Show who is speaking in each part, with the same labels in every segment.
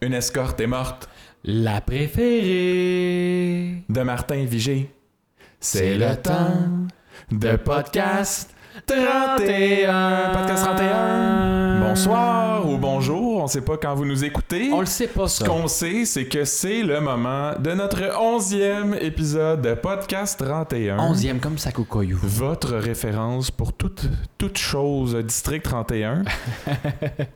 Speaker 1: Une escorte est morte
Speaker 2: La préférée.
Speaker 1: de Martin Vigé.
Speaker 2: C'est le temps
Speaker 1: de podcast 31. Podcast 31. Bonsoir ou bonjour, on sait pas quand vous nous écoutez.
Speaker 2: On le sait pas ça.
Speaker 1: Ce qu'on sait, c'est que c'est le moment de notre onzième épisode de Podcast 31.
Speaker 2: Onzième comme Sakukoyu.
Speaker 1: Votre référence pour toute, toute chose euh, District 31.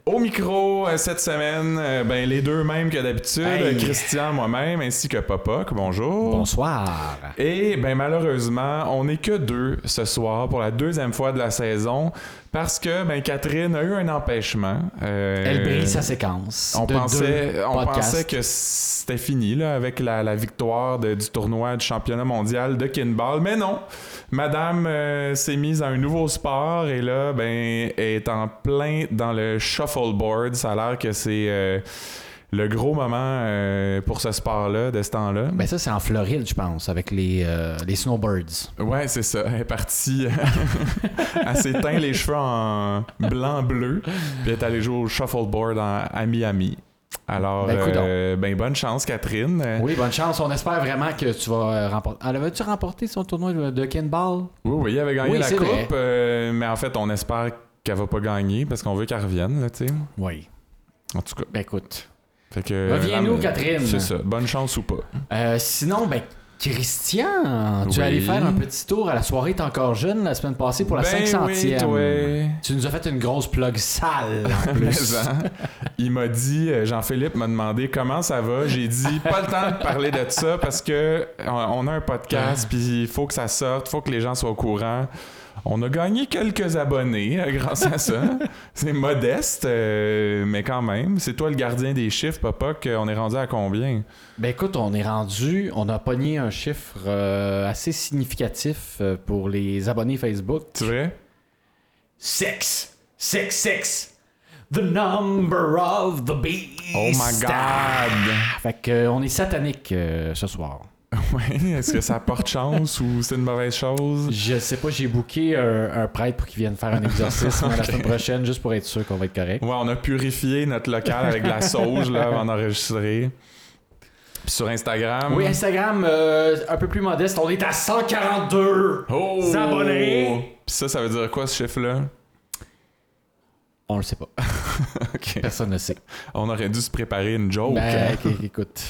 Speaker 1: Au micro euh, cette semaine, euh, ben, les deux mêmes que d'habitude,
Speaker 2: Hey.
Speaker 1: euh, Christian, moi-même, ainsi que Popoc. Bonjour.
Speaker 2: Bonsoir.
Speaker 1: Et ben malheureusement, on n'est que deux ce soir pour la deuxième fois de la saison parce que ben Catherine a eu un empêchement. Euh,
Speaker 2: Elle brise sa séquence.
Speaker 1: on
Speaker 2: de
Speaker 1: pensait,
Speaker 2: deux
Speaker 1: on
Speaker 2: podcasts.
Speaker 1: pensait que c'était fini là, avec la, la victoire de- du tournoi du championnat mondial de kinball, mais non. Madame euh, s'est mise à un nouveau sport et là, ben, est en plein dans le shuffleboard. Ça a l'air que c'est euh, le gros moment euh, pour ce sport-là, de ce temps-là.
Speaker 2: Ben ça, c'est en Floride, je pense, avec les, euh, les snowbirds.
Speaker 1: Ouais, c'est ça. Elle est partie. euh, elle s'est teint les cheveux en blanc-bleu. Puis elle est allée jouer au shuffleboard en- à Miami. Alors,
Speaker 2: Ben, coudonc.
Speaker 1: euh, ben, bonne chance, Catherine. Euh,
Speaker 2: Oui, bonne chance. On espère vraiment que tu vas euh, remporter. Ah, L'avais-tu remporté son tournoi de- de Ken Ball?
Speaker 1: Oui, oui, elle avait gagné
Speaker 2: Oui,
Speaker 1: la
Speaker 2: c'est
Speaker 1: coupe.
Speaker 2: vrai.
Speaker 1: euh, mais en fait, on espère qu'elle va pas gagner parce qu'on veut qu'elle revienne, là, tu sais.
Speaker 2: Oui.
Speaker 1: En tout cas.
Speaker 2: Ben écoute.
Speaker 1: Fait que,
Speaker 2: Reviens-nous,
Speaker 1: la-
Speaker 2: Catherine.
Speaker 1: C'est ça. Bonne chance ou pas.
Speaker 2: Euh, sinon, ben, Christian, tu
Speaker 1: Oui.
Speaker 2: es allé faire un petit tour à la soirée T'es encore jeune la semaine passée pour la
Speaker 1: Ben
Speaker 2: 500e.
Speaker 1: oui, toi.
Speaker 2: Tu nous as fait une grosse plug sale en plus.
Speaker 1: Mais, hein, il m'a dit, euh, Jean-Philippe m'a demandé comment ça va. J'ai dit, pas le temps de parler de ça parce que on- on a un podcast, puis il faut que ça sorte, faut que les gens soient au courant. On a gagné quelques abonnés euh, grâce à ça. C'est modeste, euh, mais quand même. C'est toi le gardien des chiffres, papa, qu'on est rendu à combien?
Speaker 2: ben écoute, on est rendu, on a pogné un chiffre euh, assez significatif euh, pour les abonnés Facebook.
Speaker 1: Tu vrai?
Speaker 2: Six, six, six. The number of the beast.
Speaker 1: Oh my God!
Speaker 2: Fait que euh, on est satanique euh, ce soir.
Speaker 1: Ouais, est-ce que ça porte chance ou c'est une mauvaise chose?
Speaker 2: Je sais pas, j'ai booké un, un prêtre pour qu'il vienne faire un exorcisme la semaine prochaine, juste pour être sûr qu'on va être correct.
Speaker 1: Ouais, on a purifié notre local avec de la sauge là, avant d'enregistrer. Puis sur Instagram.
Speaker 2: Oui, Instagram, euh, un peu plus modeste, on est à 142!
Speaker 1: Oh!
Speaker 2: S'abonner!
Speaker 1: Puis ça, ça veut dire quoi ce chiffre-là?
Speaker 2: On le sait pas.
Speaker 1: Ok.
Speaker 2: Personne ne le sait.
Speaker 1: On aurait dû se préparer une joke. hein?
Speaker 2: Ben, ok, écoute,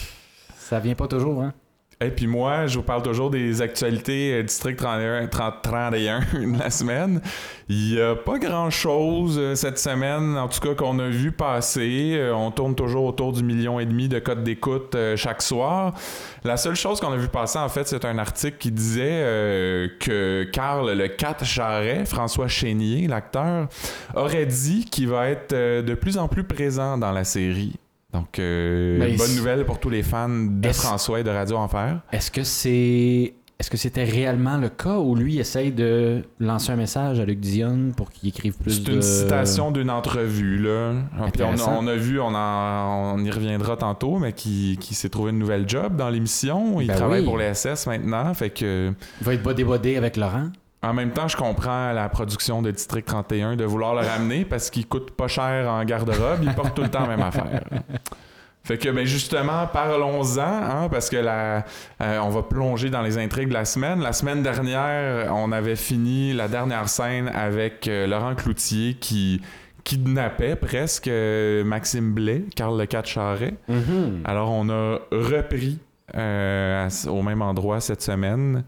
Speaker 2: ça vient pas toujours, hein?
Speaker 1: Et puis moi, je vous parle toujours des actualités euh, District 31, 30 31 de la semaine. Il n'y a pas grand-chose euh, cette semaine, en tout cas qu'on a vu passer. Euh, On tourne toujours autour du million et demi de codes d'écoute euh, chaque soir. La seule chose qu'on a vu passer, en fait, c'est un article qui disait euh, que Carl le 4 Charret, François Chénier, l'acteur, aurait dit qu'il va être euh, de plus en plus présent dans la série. Donc, euh,
Speaker 2: Mais
Speaker 1: bonne
Speaker 2: c'est-
Speaker 1: nouvelle pour tous les fans de
Speaker 2: Est-ce-
Speaker 1: François et de Radio Enfer.
Speaker 2: Est-ce que c'est. Est-ce que c'était réellement le cas où lui essaye de lancer un message à Luc Dion pour qu'il écrive plus
Speaker 1: C'est
Speaker 2: de...
Speaker 1: une citation d'une entrevue, là. Ah, puis on, a-
Speaker 2: Intéressant.
Speaker 1: on a vu, on, en- on y reviendra tantôt, mais qui, qui s'est trouvé une nouvelle job dans l'émission. Il
Speaker 2: Ben
Speaker 1: travaille
Speaker 2: oui.
Speaker 1: pour les SS maintenant. Fait que,
Speaker 2: Il va être bodé-bodé avec Laurent.
Speaker 1: en même temps, je comprends la production de District 31 de vouloir le ramener parce qu'il coûte pas cher en garde-robe. Il porte tout le temps la même affaire. Fait que, ben justement, parlons-en, hein, parce que la, euh, on va plonger dans les intrigues de la semaine. La semaine dernière, on avait fini la dernière scène avec euh, Laurent Cloutier qui kidnappait presque euh, Maxime Blais, Carl Le Cat Charret. Alors, on a repris euh, à- au même endroit cette semaine.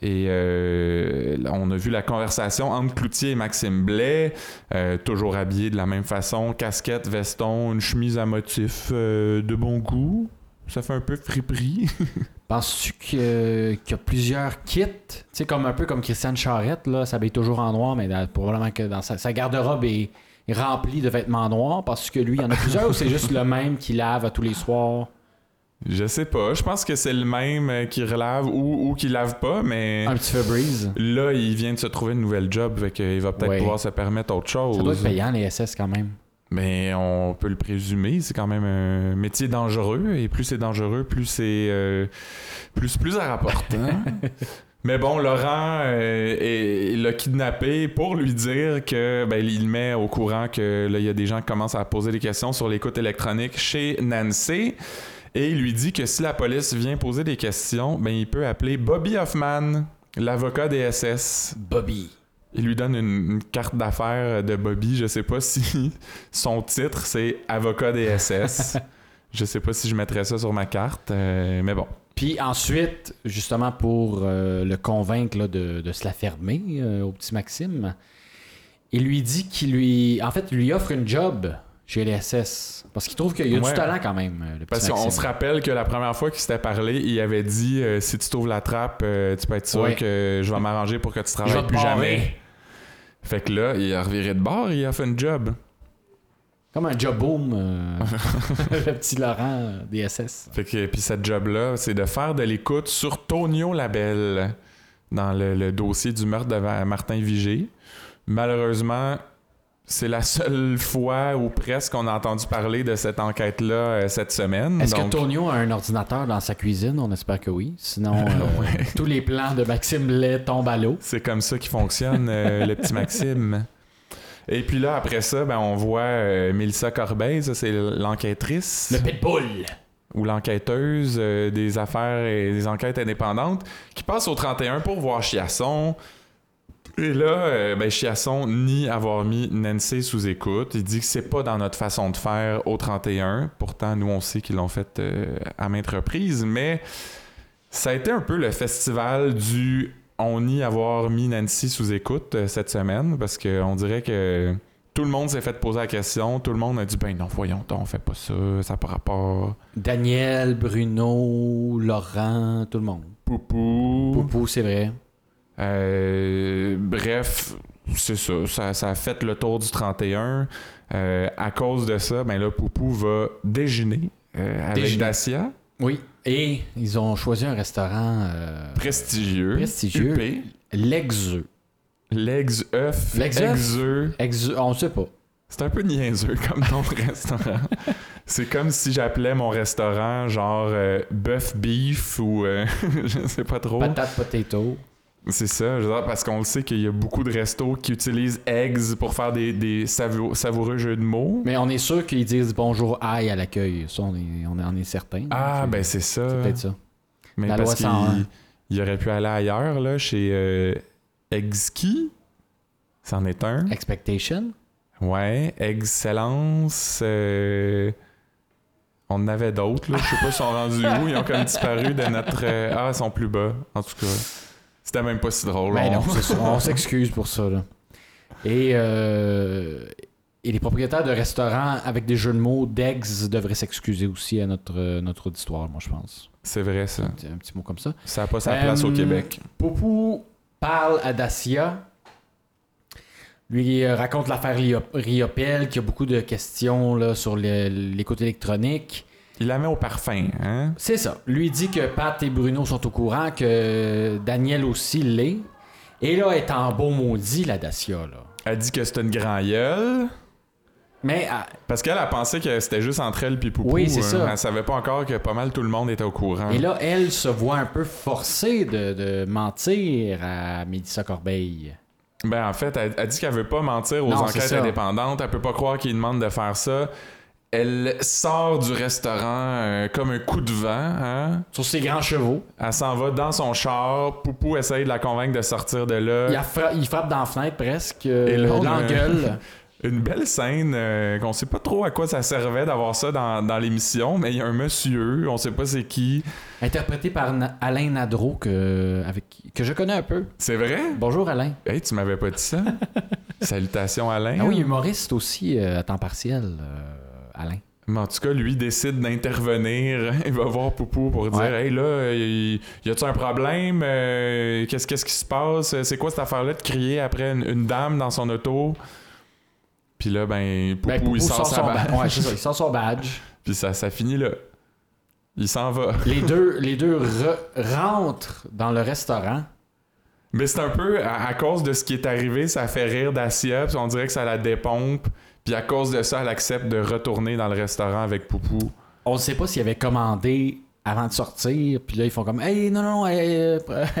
Speaker 1: Et euh, là, on a vu la conversation entre Cloutier et Maxime Blais, euh, toujours habillés de la même façon, casquette, veston, une chemise à motif euh, de bon goût. Ça fait un peu friperie.
Speaker 2: Penses-tu que- qu'il y a plusieurs kits? Tu sais, comme un peu comme Christiane Charrette, là, s'habille toujours en noir, mais dans- probablement que dans sa, sa garde-robe est, est remplie de vêtements noirs. Parce que lui, il y en a plusieurs ou c'est juste le même qui lave à tous les soirs?
Speaker 1: Je sais pas, je pense que c'est le même euh, qui relave ou, ou qui lave pas, mais
Speaker 2: Un petit Febreze.
Speaker 1: là, il vient de se trouver une nouvelle job, fait qu'il va peut-être
Speaker 2: Ouais.
Speaker 1: pouvoir se permettre autre chose.
Speaker 2: Ça doit être payant, les SS, quand même.
Speaker 1: Mais on peut le présumer, c'est quand même un métier dangereux et plus c'est dangereux, plus c'est euh, plus plus ça rapporte. hein. Mais bon, Laurent euh, est- l'a kidnappé pour lui dire que ben, il le met au courant que là, il y a des gens qui commencent à poser des questions sur l'écoute électronique chez Nancy. Et il lui dit que si la police vient poser des questions, ben, il peut appeler Bobby Hoffman, l'avocat des SS.
Speaker 2: Bobby.
Speaker 1: Il lui donne une, une carte d'affaires de Bobby. Je sais pas si son titre c'est avocat des SS. je sais pas si je mettrais ça sur ma carte, euh, mais bon.
Speaker 2: Puis ensuite, justement pour euh, le convaincre là, de, de se la fermer euh, au petit Maxime, il lui dit qu'il lui. En fait, il lui offre une job chez les SS. Parce qu'il trouve qu'il y a
Speaker 1: Ouais.
Speaker 2: du talent quand même, euh, le petit
Speaker 1: Parce qu'on
Speaker 2: Maxime.
Speaker 1: se rappelle que la première fois qu'il s'était parlé, il avait dit euh, si tu trouves la trappe, euh, tu peux être sûr
Speaker 2: Ouais.
Speaker 1: que je vais m'arranger pour que tu
Speaker 2: Je
Speaker 1: travailles
Speaker 2: vais te
Speaker 1: plus
Speaker 2: barrer.
Speaker 1: jamais. Fait que là, il a reviré de bord, il a fait une job.
Speaker 2: Comme un job boom, euh, le petit Laurent euh, des SS.
Speaker 1: Fait que puis cette job là, c'est de faire de l'écoute sur Tonio Labelle dans le, le dossier du meurtre de Va- Martin Vigé. Malheureusement, c'est la seule fois ou presque qu'on a entendu parler de cette enquête là cette semaine.
Speaker 2: Est-ce que
Speaker 1: Donc,
Speaker 2: Tonio a un ordinateur dans sa cuisine? On espère que oui. Sinon, euh, tous les plans de Maxime Lait tombent à l'eau.
Speaker 1: C'est comme ça qu'il fonctionne, euh, le petit Maxime. Et puis là, après ça, ben, on voit euh, Mélissa Corbeil, ça c'est l'enquêtrice
Speaker 2: Le pitbull!
Speaker 1: ou l'enquêteuse euh, des affaires et des enquêtes indépendantes, qui passe au 31 pour voir Chiasson. Et là, euh, ben, Chiasson nie avoir mis Nancy sous écoute. Il dit que c'est pas dans notre façon de faire au 31. Pourtant, nous, on sait qu'ils l'ont fait euh, à maintes reprises, mais ça a été un peu le festival du on nie avoir mis Nancy sous écoute euh, cette semaine, parce qu'on dirait que tout le monde s'est fait poser la question, tout le monde a dit ben non, voyons, donc, on fait pas ça, ça n'a pas rapport.
Speaker 2: Daniel, Bruno, Laurent, tout le monde.
Speaker 1: Poupou.
Speaker 2: Poupou, c'est vrai.
Speaker 1: Euh, bref, c'est ça, ça. ça a fait le tour du 31. Euh, à cause de ça, ben là, Poupou va déjeuner euh, avec
Speaker 2: Déjeuner.
Speaker 1: Dacia.
Speaker 2: Oui. Et ils ont choisi un restaurant euh,
Speaker 1: Prestigieux.
Speaker 2: Prestigieux.
Speaker 1: huppé.
Speaker 2: L'exeux.
Speaker 1: L'ex-œuf.
Speaker 2: L'ex-œuf.
Speaker 1: L'ex-œuf.
Speaker 2: Exeux, on sait pas.
Speaker 1: C'est un peu niaiseux comme nom de restaurant. C'est comme si j'appelais mon restaurant genre euh, Buff Beef ou euh, je sais pas trop.
Speaker 2: Patate potato.
Speaker 1: C'est ça, je veux dire, parce qu'on le sait qu'il y a beaucoup de restos qui utilisent eggs pour faire des, des savou- savoureux jeux de mots.
Speaker 2: Mais on est sûr qu'ils disent bonjour, aïe à l'accueil. Ça, on, est, on en est certain.
Speaker 1: Ah,
Speaker 2: Fait-
Speaker 1: ben c'est ça.
Speaker 2: c'est peut-être ça.
Speaker 1: Mais
Speaker 2: La
Speaker 1: parce
Speaker 2: loi 101.
Speaker 1: qu'il il aurait pu aller ailleurs, là, chez euh, Exki. C'en est un.
Speaker 2: Expectation.
Speaker 1: Ouais, Excellence. euh, On en avait d'autres, là. Je sais pas, ils sont rendus où. Ils ont comme disparu de notre. euh, Ah, ils sont plus bas, en tout cas. C'était même pas si drôle.
Speaker 2: Ben
Speaker 1: On-
Speaker 2: non, c'est ça. On s'excuse pour ça. là. Et, euh, et les propriétaires de restaurants avec des jeux de mots d'ex devraient s'excuser aussi à notre, euh, notre auditoire, moi, je pense.
Speaker 1: C'est vrai, ça.
Speaker 2: Un petit mot comme ça.
Speaker 1: Ça a pas sa place au
Speaker 2: Euh,
Speaker 1: Québec.
Speaker 2: Poupou parle à Dacia. Lui euh, raconte l'affaire Rio- Riopel, qui a beaucoup de questions là, sur le- l'écoute électronique.
Speaker 1: Il la met au parfum, hein?
Speaker 2: C'est ça. Lui dit que Pat et Bruno sont au courant, que Daniel aussi l'est. Et là, elle est en beau maudit, la Dacia. Là.
Speaker 1: Elle dit que c'est une grand gueule.
Speaker 2: Mais ah, elle-
Speaker 1: Parce qu'elle a pensé que c'était juste entre elle puis Poupou.
Speaker 2: Oui, c'est
Speaker 1: hein.
Speaker 2: ça.
Speaker 1: Elle savait pas encore que pas mal tout le monde était au courant.
Speaker 2: Et là, elle se voit un peu forcée de, de mentir à Mélissa Corbeil.
Speaker 1: Ben en fait, elle, elle dit qu'elle veut pas mentir aux
Speaker 2: Non, c'est
Speaker 1: enquêtes
Speaker 2: ça.
Speaker 1: indépendantes. Elle peut pas croire qu'il demande de faire ça. Elle sort du restaurant euh, comme un coup de vent. Hein?
Speaker 2: Sur ses grands chevaux.
Speaker 1: Elle s'en va dans son char. Poupou essaye de la convaincre de sortir de là.
Speaker 2: Il, a euh, fra- il frappe dans la fenêtre presque.
Speaker 1: Euh. Et
Speaker 2: Et
Speaker 1: là, on a-
Speaker 2: l'engueule.
Speaker 1: Une belle scène euh, qu'on sait pas trop à quoi ça servait d'avoir ça dans, dans l'émission, mais il y a un monsieur, on sait pas c'est qui.
Speaker 2: interprété par Na- Alain Nadreau, que, avec, que je connais un peu.
Speaker 1: C'est vrai?
Speaker 2: Bonjour Alain.
Speaker 1: Hey, tu m'avais pas dit ça? Salutations Alain.
Speaker 2: Ah oui, humoriste aussi euh, à temps partiel, euh, Alain.
Speaker 1: Mais en tout cas, lui décide d'intervenir. Il va voir Poupou pour dire
Speaker 2: Ouais.
Speaker 1: Hey, là, euh, y, y a-tu un problème Euh, Qu'est-ce qu'est-ce qui se passe Euh, C'est quoi cette affaire-là de crier après une, une dame dans son auto Puis là, ben, Poupou,
Speaker 2: Ben, Poupou
Speaker 1: il sort, sa
Speaker 2: son
Speaker 1: barre.
Speaker 2: ba- ouais, c'est ça, il sort son badge.
Speaker 1: Puis ça, ça finit là. Il s'en va.
Speaker 2: Les deux, les deux re- rentrent dans le restaurant.
Speaker 1: Mais c'est un peu à, à cause de ce qui est arrivé, ça fait rire Dacia, puis on dirait que ça la dépompe. Puis à cause de ça, elle accepte de retourner dans le restaurant avec Poupou.
Speaker 2: On ne sait pas s'il avait commandé avant de sortir. Puis là, ils font comme Hey, non, non, hey, euh,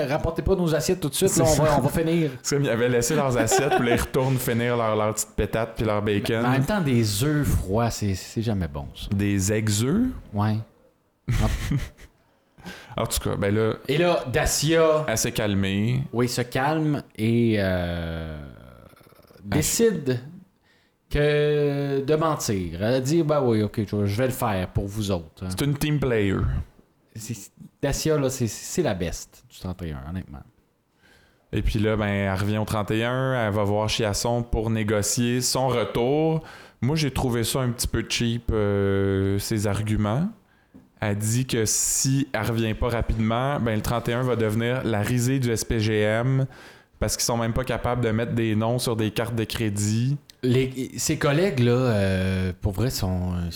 Speaker 2: rapportez pas nos assiettes tout de suite, là, on,
Speaker 1: C'est
Speaker 2: va,
Speaker 1: ça.
Speaker 2: on va finir.
Speaker 1: C'est comme ils avaient laissé leurs assiettes, puis là, ils retournent finir leur, leur petite pétate puis leur
Speaker 2: Mais
Speaker 1: bacon.
Speaker 2: en même temps, des œufs froids, c'est c'est jamais bon, ça.
Speaker 1: Des ex-œufs.
Speaker 2: Ouais.
Speaker 1: En tout cas, ben là,
Speaker 2: Et là, Dacia,
Speaker 1: elle s'est calmée.
Speaker 2: oui, se calme et euh, décide que de mentir. Elle dit Bah oui, ok, je je vais le faire pour vous autres. hein.
Speaker 1: C'est une team player.
Speaker 2: C'est- Dacia, là, c'est- c'est la best du 31, honnêtement.
Speaker 1: Et puis là, ben, elle revient au 31, elle va voir Chiasson pour négocier son retour. Moi, j'ai trouvé ça un petit peu cheap, euh, ses arguments. Elle dit que si elle revient pas rapidement, ben, le 31 va devenir la risée du SPGM parce qu'ils sont même pas capables de mettre des noms sur des cartes de crédit.
Speaker 2: Les- ses collègues, là, euh, pour vrai, sont. euh,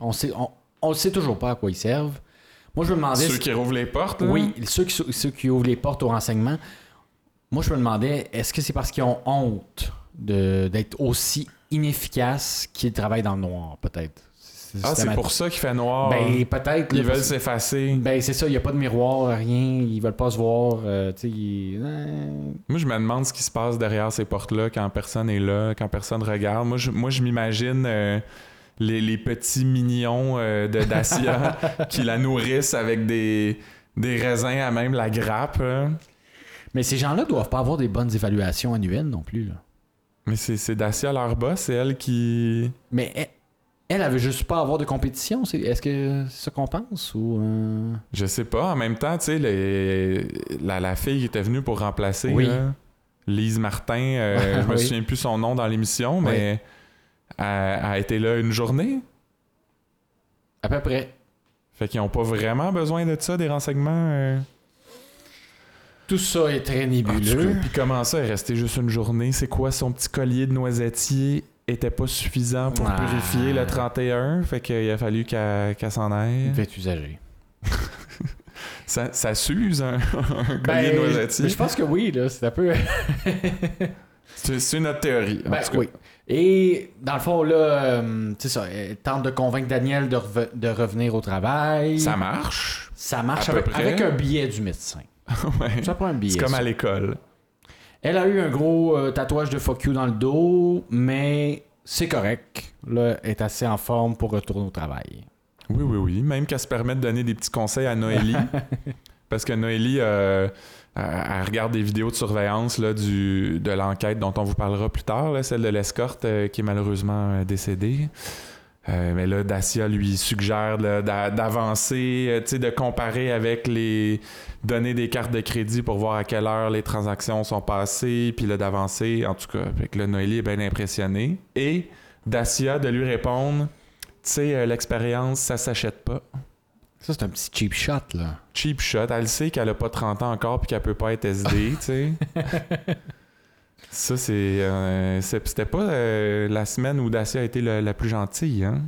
Speaker 2: On sait, on, on sait toujours pas à quoi ils servent. Moi, je me demandais.
Speaker 1: Ceux
Speaker 2: si-
Speaker 1: qui hein? rouvrent les portes, là.
Speaker 2: Oui, ceux qui, ceux qui ouvrent les portes au renseignement. Moi, je me demandais, est-ce que c'est parce qu'ils ont honte de- d'être aussi inefficaces qu'ils travaillent dans le noir, peut-être?
Speaker 1: Ah, c'est
Speaker 2: ma-
Speaker 1: pour ça qu'il fait noir.
Speaker 2: Ben, peut-être.
Speaker 1: Ils
Speaker 2: là, parce-
Speaker 1: veulent s'effacer.
Speaker 2: Ben, c'est ça, il n'y a pas de miroir, rien, ils veulent pas se voir. euh, tu sais, ils- euh,
Speaker 1: Moi, je me demande ce qui se passe derrière ces portes-là quand personne est là, quand personne regarde. Moi, je, moi, je m'imagine euh, les, les petits mignons euh, de Dacia qui la nourrissent avec des, des raisins à même la grappe. hein.
Speaker 2: Mais ces gens-là doivent pas avoir des bonnes évaluations annuelles non plus. là.
Speaker 1: Mais c'est c'est Dacia, leur boss, c'est elle qui...
Speaker 2: Mais elle, elle, elle veut juste pas avoir de compétition. c'est- Est-ce que c'est ça qu'on pense? Ou, euh,
Speaker 1: Je sais pas. En même temps, tu sais, les- la, la fille qui était venue pour remplacer,
Speaker 2: Oui.
Speaker 1: là, Lise Martin, euh, je me
Speaker 2: Oui.
Speaker 1: souviens plus son nom dans l'émission, mais elle a été là une journée.
Speaker 2: À peu près.
Speaker 1: Fait qu'ils n'ont pas vraiment besoin de ça, des renseignements. euh.
Speaker 2: Tout ça est très
Speaker 1: En tout cas,
Speaker 2: nébuleux.
Speaker 1: Puis comment ça, rester juste une journée? C'est quoi son petit collier de noisettier était pas suffisant pour
Speaker 2: Ah.
Speaker 1: purifier le 31? Fait qu'il a fallu qu'elle qu'elle s'en aille.
Speaker 2: Il devait être usagé.
Speaker 1: Ça, ça s'use, un, un collier de
Speaker 2: Ben, mais
Speaker 1: noisettier.
Speaker 2: je pense que oui, là, c'est un peu.
Speaker 1: C'est c'est notre théorie. en
Speaker 2: Ben,
Speaker 1: tout cas.
Speaker 2: oui. Et dans le fond, là, euh, tu sais ça, elle tente de convaincre Daniel de, reve- de revenir au travail.
Speaker 1: Ça marche.
Speaker 2: Ça marche
Speaker 1: à peu
Speaker 2: avec,
Speaker 1: près.
Speaker 2: avec un billet du médecin.
Speaker 1: Ouais.
Speaker 2: Ça prend un billet.
Speaker 1: C'est comme
Speaker 2: ça.
Speaker 1: à l'école.
Speaker 2: Elle a eu un gros euh, tatouage de fuck you dans le dos, mais c'est correct. Là, elle est assez en forme pour retourner au travail.
Speaker 1: Oui, oui, oui. Même qu'elle se permet de donner des petits conseils à Noélie. parce que Noélie, euh, elle, elle regarde des vidéos de surveillance là, du, de l'enquête dont on vous parlera plus tard, là, celle de l'escorte euh, qui est malheureusement euh, décédée. Euh, mais là, Dacia lui suggère là, d'a- d'avancer, euh, tu sais, de comparer avec les données des cartes de crédit pour voir à quelle heure les transactions sont passées, puis là, d'avancer. En tout cas, fait que là, Noélie est bien impressionnée. Et Dacia de lui répondre tu sais, euh, l'expérience, ça s'achète pas.
Speaker 2: Ça, c'est un petit cheap shot, là.
Speaker 1: Cheap shot. Elle sait qu'elle a pas 30 ans encore puis qu'elle peut pas être SD, tu sais. ça, c'est. euh, c'est- C'était pas euh, la semaine où Dacia a été le- la plus gentille, hein.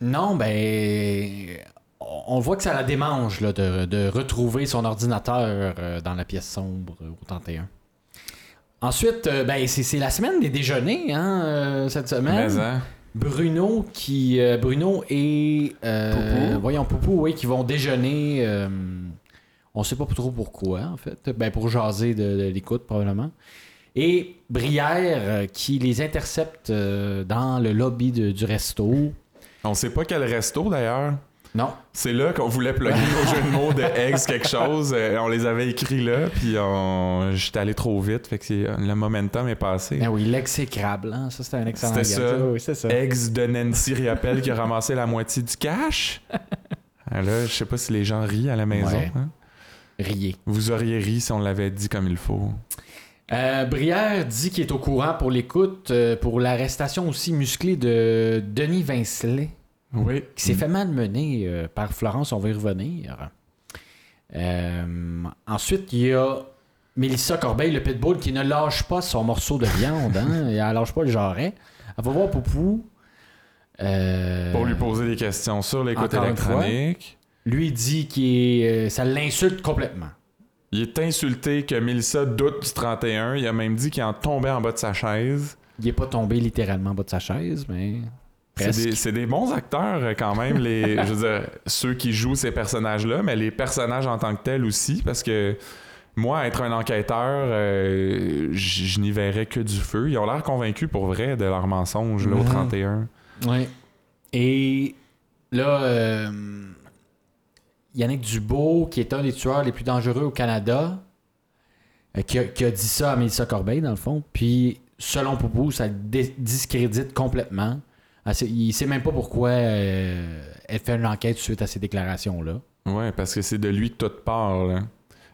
Speaker 2: Non, ben. On on voit que ça la démange là, de, de retrouver son ordinateur euh, dans la pièce sombre euh, au 31. Ensuite, euh, ben, c'est c'est la semaine des déjeuners hein, euh, cette semaine.
Speaker 1: Mais, hein,
Speaker 2: Bruno qui euh, Bruno et euh,
Speaker 1: Poupou.
Speaker 2: voyons Poupou oui qui vont déjeuner euh, on sait pas trop pourquoi en fait ben pour jaser de, de l'écoute probablement et Brière euh, qui les intercepte euh, dans le lobby de- du resto
Speaker 1: On sait pas quel resto d'ailleurs.
Speaker 2: non
Speaker 1: C'est là qu'on voulait plugger nos jeux de mots de eggs, quelque chose. Euh, on les avait écrits là, puis on... j'étais allé trop vite, fait que c'est- le momentum est passé.
Speaker 2: ben oui l'exécrable hein, ça c'était un excellent
Speaker 1: C'était
Speaker 2: gag.
Speaker 1: ça.
Speaker 2: oui c'est ça
Speaker 1: Ex de Nancy Riappel qui a ramassé la moitié du cash. Ah Là, je sais pas si les gens rient à la maison.
Speaker 2: Ouais.
Speaker 1: hein.
Speaker 2: riez
Speaker 1: Vous auriez ri si on l'avait dit comme il faut.
Speaker 2: Euh, Brière dit qu'il est au courant pour l'écoute euh, pour l'arrestation aussi musclée de Denis Vincelet
Speaker 1: Oui.
Speaker 2: qui s'est fait malmener euh, par Florence, on va y revenir. Euh, ensuite, il y a Mélissa Corbeil, le pitbull, qui ne lâche pas son morceau de viande. Hein, et elle lâche pas le jarret. Elle va voir Poupou. Euh,
Speaker 1: Pour lui poser des questions sur l'écoute
Speaker 2: Encore une
Speaker 1: électronique.
Speaker 2: lui dit que ça l'insulte complètement.
Speaker 1: Il est insulté que Mélissa doute du 31. Il a même dit qu'il en tombait en bas de sa chaise.
Speaker 2: Il n'est pas tombé littéralement en bas de sa chaise, mais
Speaker 1: C'est des, c'est des bons acteurs euh, quand même, les, je veux dire, ceux qui jouent ces personnages-là, mais les personnages en tant que tels aussi, parce que moi, être un enquêteur, euh, j- je n'y verrais que du feu. Ils ont l'air convaincus pour vrai de leurs mensonges là, au
Speaker 2: Ouais.
Speaker 1: 31.
Speaker 2: Ouais. Et là, euh, Yannick Dubo, qui est un des tueurs les plus dangereux au Canada, euh, qui, a, qui a dit ça à Mélissa Corbeil, dans le fond. Puis, selon Poupou, ça le dé- discrédite complètement. Elle sait- il sait même pas pourquoi euh, elle fait une enquête suite à ces déclarations-là.
Speaker 1: Ouais, parce que c'est de lui que tout part. là.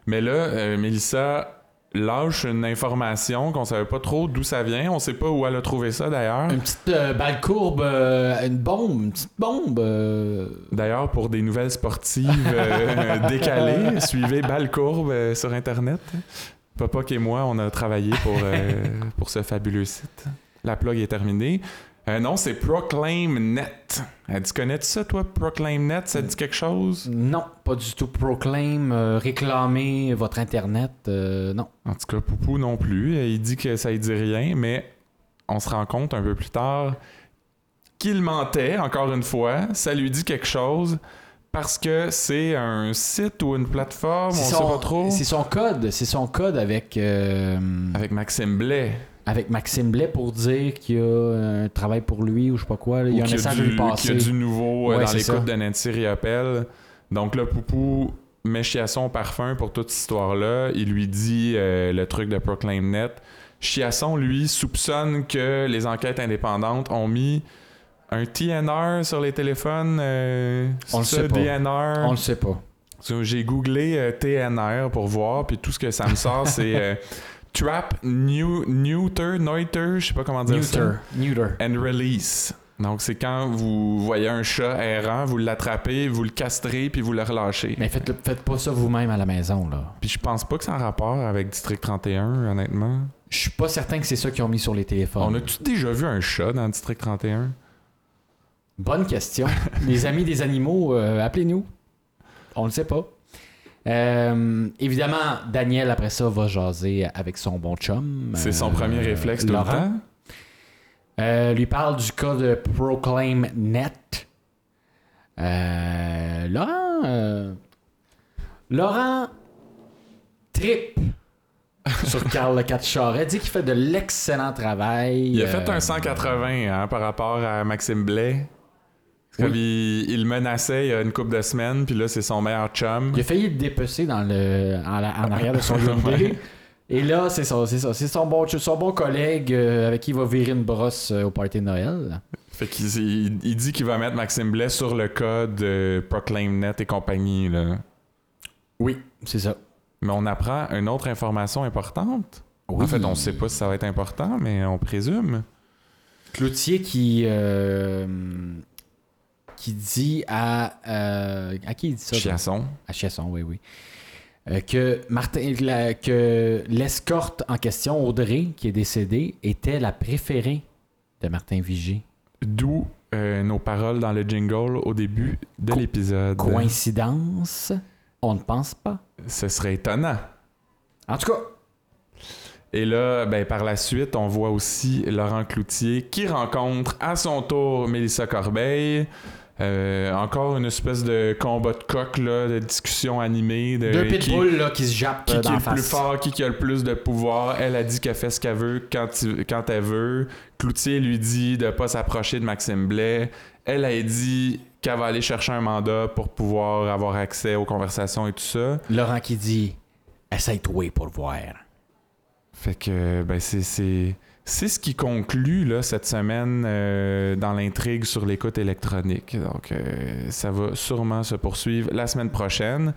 Speaker 1: Mais là, euh, Mélissa lâche une information qu'on savait pas trop d'où ça vient. On sait pas où elle a trouvé ça d'ailleurs.
Speaker 2: Une petite euh, balle courbe, euh, une bombe, une petite bombe. euh,
Speaker 1: D'ailleurs, pour des nouvelles sportives euh, décalées, suivez Balle Courbe euh, sur Internet. Papa et moi, on a travaillé pour, euh, pour ce fabuleux site. La plug est terminée. Euh, non, c'est ProclaimNet. Elle dit Connais-tu ça, toi, ProclaimNet Ça te dit quelque chose
Speaker 2: Non, pas du tout. Proclaim, euh, réclamer votre Internet. euh, non.
Speaker 1: En tout cas, Poupou non plus. Euh, Il dit que ça ne dit rien, mais on se rend compte un peu plus tard qu'il mentait, encore une fois. Ça lui dit quelque chose. Parce que c'est un site ou une plateforme, on
Speaker 2: C'est
Speaker 1: sait
Speaker 2: son-
Speaker 1: pas trop.
Speaker 2: C'est son code, c'est son code avec, euh, avec...
Speaker 1: Avec Maxime Blais.
Speaker 2: Maxime Blais pour dire qu'il y a un travail pour lui ou je sais pas quoi. là. Il y a
Speaker 1: Ou
Speaker 2: un
Speaker 1: qu'il
Speaker 2: message à
Speaker 1: du-
Speaker 2: lui passer.
Speaker 1: qu'il y a du nouveau euh,
Speaker 2: Ouais,
Speaker 1: dans
Speaker 2: c'est
Speaker 1: les
Speaker 2: ça.
Speaker 1: coupes de Nancy Riopelle. Donc là, Poupou met Chiasson au parfum pour toute cette histoire-là. Il lui dit euh, le truc de ProclaimNet. Chiasson, lui, soupçonne que les enquêtes indépendantes ont mis un TNR sur les téléphones. euh,
Speaker 2: On le
Speaker 1: ça,
Speaker 2: sait pas.
Speaker 1: DNR.
Speaker 2: On le sait pas.
Speaker 1: Parce que J'ai googlé euh, TNR pour voir, puis tout ce que ça me sort, c'est euh, Trap, New, Neuter, Neuter, je sais pas comment dire ça.
Speaker 2: Neuter. Neuter.
Speaker 1: and release. Donc, c'est quand vous voyez un chat errant, vous l'attrapez, vous le castrez, puis vous le relâchez.
Speaker 2: Mais faites, faites pas ça vous-même à la maison. là.
Speaker 1: Puis je pense pas que ça a rapport avec District 31, honnêtement.
Speaker 2: Je suis pas certain que c'est ça qu'ils ont mis sur les
Speaker 1: On
Speaker 2: téléphones.
Speaker 1: a-tu déjà vu un chat dans District 31?
Speaker 2: Bonne question. les amis des animaux, euh, appelez-nous. On le sait pas. Euh, évidemment, Daniel, après ça, va jaser avec son bon chum.
Speaker 1: C'est son
Speaker 2: euh,
Speaker 1: premier réflexe tout le
Speaker 2: Laurent.
Speaker 1: temps.
Speaker 2: Euh, lui parle du cas de ProclaimNet. Euh, Laurent. euh, Laurent trip sur Carl Le Quatre Charret. Dit qu'il fait de l'excellent travail.
Speaker 1: Il a
Speaker 2: Euh,
Speaker 1: fait un 180 hein, par rapport à Maxime Blais. Parce que Il, il le menaçait il y a une couple de semaines, puis là, c'est son meilleur chum.
Speaker 2: Il a failli le dépecer dans le, en, la- en arrière de son Hyundai. Et là, c'est ça, c'est ça. C'est son bon, son bon collègue euh, avec qui il va virer une brosse euh, au party de Noël.
Speaker 1: Fait qu'il il- il dit qu'il va mettre Maxime Blais sur le code euh, ProclaimNet et compagnie. Là.
Speaker 2: Oui, c'est ça.
Speaker 1: Mais on apprend une autre information importante.
Speaker 2: Oui.
Speaker 1: En fait, on ne sait pas si ça va être important, mais on présume.
Speaker 2: Cloutier qui euh, qui dit à euh, à qui il dit ça donc?
Speaker 1: Chiasson.
Speaker 2: à Chiasson oui oui Euh, que Martin la- que l'escorte en question Audrey qui est décédée était la préférée de Martin Vigé
Speaker 1: D'où euh, nos paroles dans le jingle au début de
Speaker 2: Co-
Speaker 1: l'épisode.
Speaker 2: coïncidence on ne pense pas
Speaker 1: Ce serait étonnant.
Speaker 2: en tout cas
Speaker 1: Et là, ben, par la suite, on voit aussi Laurent Cloutier qui rencontre à son tour Mélissa Corbeil. Euh, encore une espèce de combat de coq, là, de discussion animée. De,
Speaker 2: deux
Speaker 1: Euh, qui-
Speaker 2: pitbulls là, qui se jappent
Speaker 1: qui,
Speaker 2: euh,
Speaker 1: qui
Speaker 2: dans
Speaker 1: est
Speaker 2: la
Speaker 1: le plus
Speaker 2: face
Speaker 1: fort, qui, qui a le plus de pouvoir. Elle a dit qu'elle fait ce qu'elle veut quand, il- quand elle veut. Cloutier lui dit de pas s'approcher de Maxime Blais. Elle a dit qu'elle va aller chercher un mandat pour pouvoir avoir accès aux conversations et tout ça.
Speaker 2: Laurent qui dit essaye-toi pour le voir
Speaker 1: Fait que ben c'est c'est c'est ce qui conclut là, cette semaine euh, dans l'intrigue sur l'écoute électronique. Donc euh, ça va sûrement se poursuivre la semaine prochaine.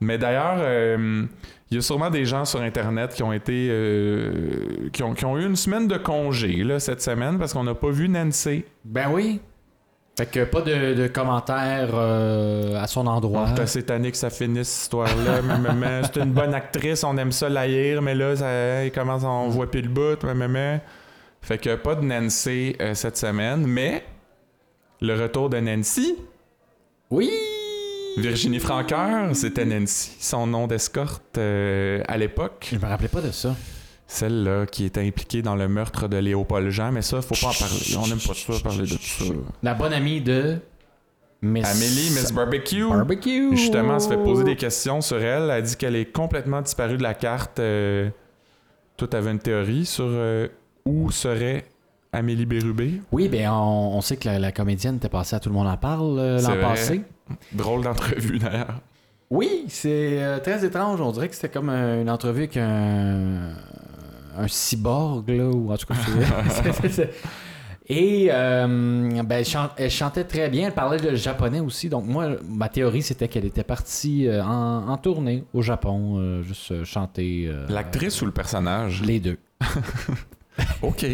Speaker 1: Mais d'ailleurs, euh, il y a sûrement des gens sur Internet qui ont été euh, qui, ont, qui ont eu une semaine de congé là, cette semaine parce qu'on n'a pas vu Nancy.
Speaker 2: Ben oui. Fait que pas de, de commentaires euh, à son endroit.
Speaker 1: On est assez tanné que ça finisse cette histoire-là. mais, mais, mais, c'est une bonne actrice, on aime ça la haïr, mais là, ça, il commence, on voit plus le bout. mais, mais, mais. Fait que pas de Nancy euh, cette semaine, mais le retour de Nancy,
Speaker 2: Oui!
Speaker 1: Virginie Franqueur, c'était Nancy, son nom d'escorte euh, à l'époque.
Speaker 2: Je me rappelais pas de ça.
Speaker 1: celle-là qui était impliquée dans le meurtre de Léopold Jean, mais ça, faut pas en parler. On n'aime pas ça, parler de tout ça.
Speaker 2: La bonne amie de Miss
Speaker 1: Amélie, Miss Barbecue.
Speaker 2: Barbecue.
Speaker 1: Justement, se fait poser des questions sur elle. Elle dit qu'elle est complètement disparue de la carte. Euh, Toi, t'avais une théorie sur euh, où serait Amélie Bérubé.
Speaker 2: Oui, ben on, on sait que la, la comédienne était passée à Tout le monde en parle euh,
Speaker 1: C'est
Speaker 2: l'an
Speaker 1: vrai.
Speaker 2: passé.
Speaker 1: Drôle d'entrevue, d'ailleurs.
Speaker 2: Oui, c'est euh, très étrange. On dirait que c'était comme euh, une entrevue avec un, un cyborg, là, ou en tout cas. c'est- c'est- c'est- Et euh, ben, elle, chan- elle chantait très bien. Elle parlait le japonais aussi. Donc, moi, ma théorie, c'était qu'elle était partie euh, en, en tournée au Japon, euh, juste euh, chanter. euh,
Speaker 1: L'actrice ou le personnage?
Speaker 2: Les deux.
Speaker 1: OK.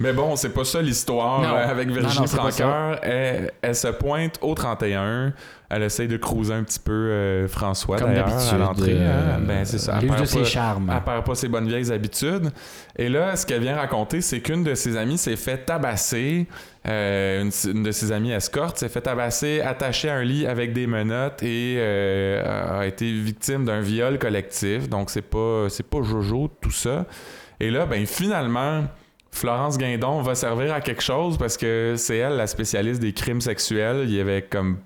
Speaker 1: Mais bon, c'est pas ça l'histoire
Speaker 2: Non.
Speaker 1: euh, avec
Speaker 2: Non,
Speaker 1: Virginie
Speaker 2: non, c'est pas
Speaker 1: Francoeur. Elle, elle se pointe au 31. Elle essaye de cruiser un petit peu euh, François
Speaker 2: Comme
Speaker 1: d'ailleurs
Speaker 2: d'habitude.
Speaker 1: à l'entrée.
Speaker 2: euh,
Speaker 1: hein. Ben, c'est ça.
Speaker 2: elle
Speaker 1: Elle
Speaker 2: use de
Speaker 1: perd,
Speaker 2: ses
Speaker 1: pas,
Speaker 2: charmes.
Speaker 1: elle perd pas ses bonnes vieilles habitudes. Et là, ce qu'elle vient raconter, c'est qu'une de ses amies s'est fait tabasser. Euh, une, une de ses amies escorte s'est fait tabasser, attachée à un lit avec des menottes et euh, a été victime d'un viol collectif. Donc, c'est pas, c'est pas Jojo, tout ça. Et là, ben finalement, Florence Guindon va servir à quelque chose parce que c'est elle la spécialiste des crimes sexuels. Il y avait comme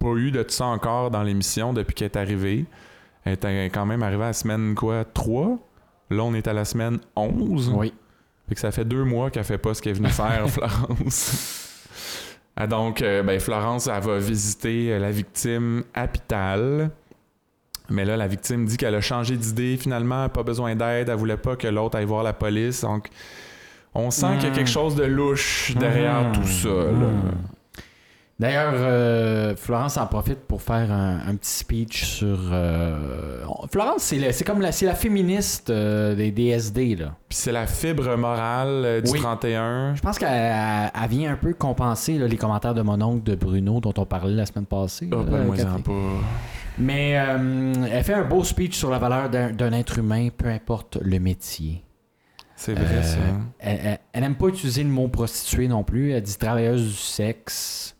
Speaker 1: pas eu de ça encore dans l'émission depuis qu'elle est arrivée. Elle est quand même arrivée à la semaine quoi 3. Là, on est à la semaine 11.
Speaker 2: Oui.
Speaker 1: Fait que ça fait deux mois qu'elle fait pas ce qu'elle est venue faire, Florence. Ah, Donc, euh, ben, Florence, elle va visiter euh, la victime à Pital. Mais là, la victime dit qu'elle a changé d'idée. Finalement, pas besoin d'aide. Elle voulait pas que l'autre aille voir la police. Donc, on sent qu'il y a
Speaker 2: Mm.
Speaker 1: quelque chose de louche derrière
Speaker 2: Mm.
Speaker 1: tout ça. là.
Speaker 2: Mm. D'ailleurs, euh, Florence en profite pour faire un, un petit speech sur. euh, Florence, c'est la- c'est comme la, c'est la féministe euh, des DSD. Là.
Speaker 1: Puis c'est la fibre morale euh, du
Speaker 2: Oui.
Speaker 1: 31.
Speaker 2: Je pense qu'elle elle- elle vient un peu compenser là, les commentaires de mon oncle de Bruno dont on parlait la semaine passée.
Speaker 1: Ah,
Speaker 2: là,
Speaker 1: parle-moi-en
Speaker 2: Catherine.
Speaker 1: pas.
Speaker 2: Mais euh, elle fait un beau speech sur la valeur d'un d'un être humain, peu importe le métier.
Speaker 1: C'est vrai,
Speaker 2: Euh,
Speaker 1: ça.
Speaker 2: Elle- Elle elle aime pas utiliser le mot prostituée non plus. Elle dit travailleuse du sexe.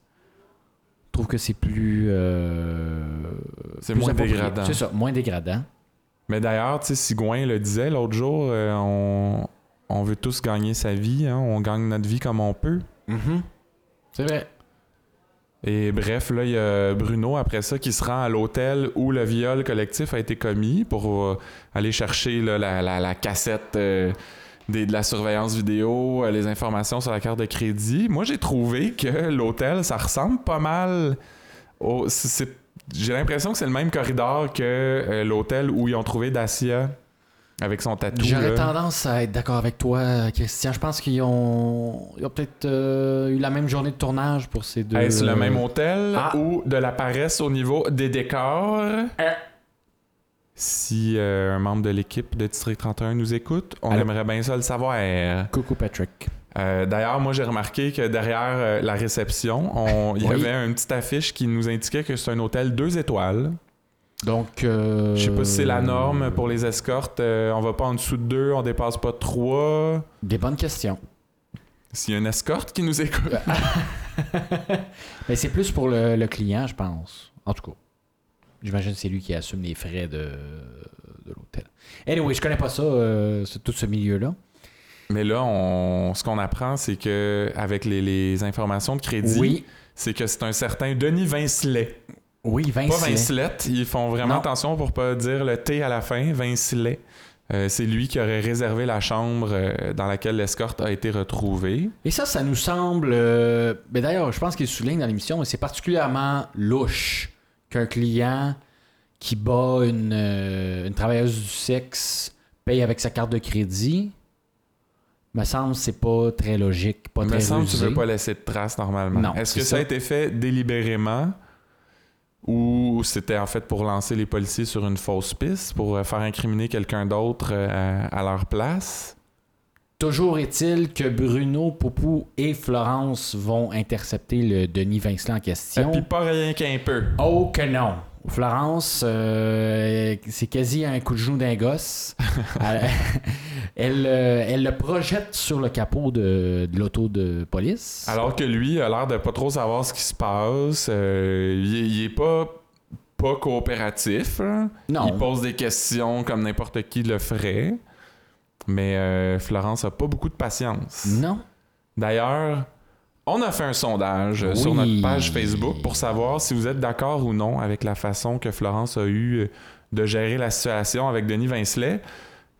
Speaker 2: Je trouve que c'est plus. euh,
Speaker 1: C'est
Speaker 2: plus
Speaker 1: moins
Speaker 2: approprié.
Speaker 1: dégradant.
Speaker 2: C'est ça, moins dégradant.
Speaker 1: Mais d'ailleurs, tu sais, Sigouin le disait l'autre jour, euh, on, on veut tous gagner sa vie, hein, on gagne notre vie comme on peut.
Speaker 2: C'est vrai.
Speaker 1: Et bref, là, il y a Bruno, après ça, qui se rend à l'hôtel où le viol collectif a été commis pour euh, aller chercher là, la, la- la cassette euh, des- de la surveillance vidéo, euh, les informations sur la carte de crédit. Moi, j'ai trouvé que l'hôtel, ça ressemble pas mal au... c'est- c'est- J'ai l'impression que c'est le même corridor que euh, l'hôtel où ils ont trouvé Dacia avec son tatou.
Speaker 2: J'aurais
Speaker 1: là.
Speaker 2: tendance à être d'accord avec toi, Christian. Je pense qu'ils ont, ils ont peut-être euh, eu la même journée de tournage pour ces deux.
Speaker 1: Est-ce le même hôtel
Speaker 2: Ah.
Speaker 1: ou de la paresse au niveau des décors? Si euh, un membre de l'équipe de District 31 nous écoute, on
Speaker 2: Allô?
Speaker 1: aimerait bien ça le savoir.
Speaker 2: Coucou Patrick.
Speaker 1: Euh, D'ailleurs, moi, j'ai remarqué que derrière euh, la réception, on- il y
Speaker 2: Oui.
Speaker 1: avait une petite affiche qui nous indiquait que c'est un hôtel deux étoiles.
Speaker 2: Donc. euh,
Speaker 1: Je sais pas si c'est la norme pour les escortes. euh, on va pas en dessous de deux, on dépasse pas trois.
Speaker 2: Des bonnes questions.
Speaker 1: S'il y a une escorte qui nous écoute.
Speaker 2: Mais c'est plus pour le, le client, je pense. En tout cas. J'imagine que c'est lui qui assume les frais de, de l'hôtel. Anyway, je connais pas ça, euh, ce- tout ce milieu-là.
Speaker 1: Mais là, on- ce qu'on apprend, c'est que avec les, les informations de crédit,
Speaker 2: Oui.
Speaker 1: c'est que c'est un certain Denis Vincelet.
Speaker 2: Oui,
Speaker 1: Pas
Speaker 2: Vincent.
Speaker 1: Vincelette, ils font vraiment
Speaker 2: Non.
Speaker 1: attention pour pas dire le T à la fin, Vincelet. Euh, c'est lui qui aurait réservé la chambre euh, dans laquelle l'escorte a été retrouvée.
Speaker 2: Et ça, ça nous semble. euh, ben D'ailleurs, je pense qu'il souligne dans l'émission, mais c'est particulièrement louche qu'un client qui bat une, euh, une travailleuse du sexe paye avec sa carte de crédit. Me semble c'est pas très logique, pas
Speaker 1: me
Speaker 2: très
Speaker 1: semble que tu
Speaker 2: rusé.
Speaker 1: veux pas laisser de traces normalement.
Speaker 2: Non,
Speaker 1: Est-ce que
Speaker 2: c'est
Speaker 1: ça a
Speaker 2: ça.
Speaker 1: été fait délibérément ou c'était en fait pour lancer les policiers sur une fausse piste, pour euh, faire incriminer quelqu'un d'autre euh, à- à leur place?
Speaker 2: Toujours est-il que Bruno, Poupou et Florence vont intercepter le Denis Vinceland en
Speaker 1: Et
Speaker 2: question.
Speaker 1: Euh, puis pas rien qu'un peu.
Speaker 2: Oh que non. Florence, euh, c'est quasi un coup de genou d'un gosse. elle, elle, euh, elle le projette sur le capot de, de l'auto de police.
Speaker 1: Alors que lui a l'air de pas trop savoir ce qui se passe. euh, il, est- il est pas pas coopératif. là.
Speaker 2: non.
Speaker 1: Il pose des questions comme n'importe qui le ferait. Mais euh, Florence a pas beaucoup de patience.
Speaker 2: Non.
Speaker 1: D'ailleurs, on a fait un sondage euh, sur
Speaker 2: Oui.
Speaker 1: notre page Facebook pour savoir si vous êtes d'accord ou non avec la façon que Florence a eu euh, de gérer la situation avec Denis Vincelet.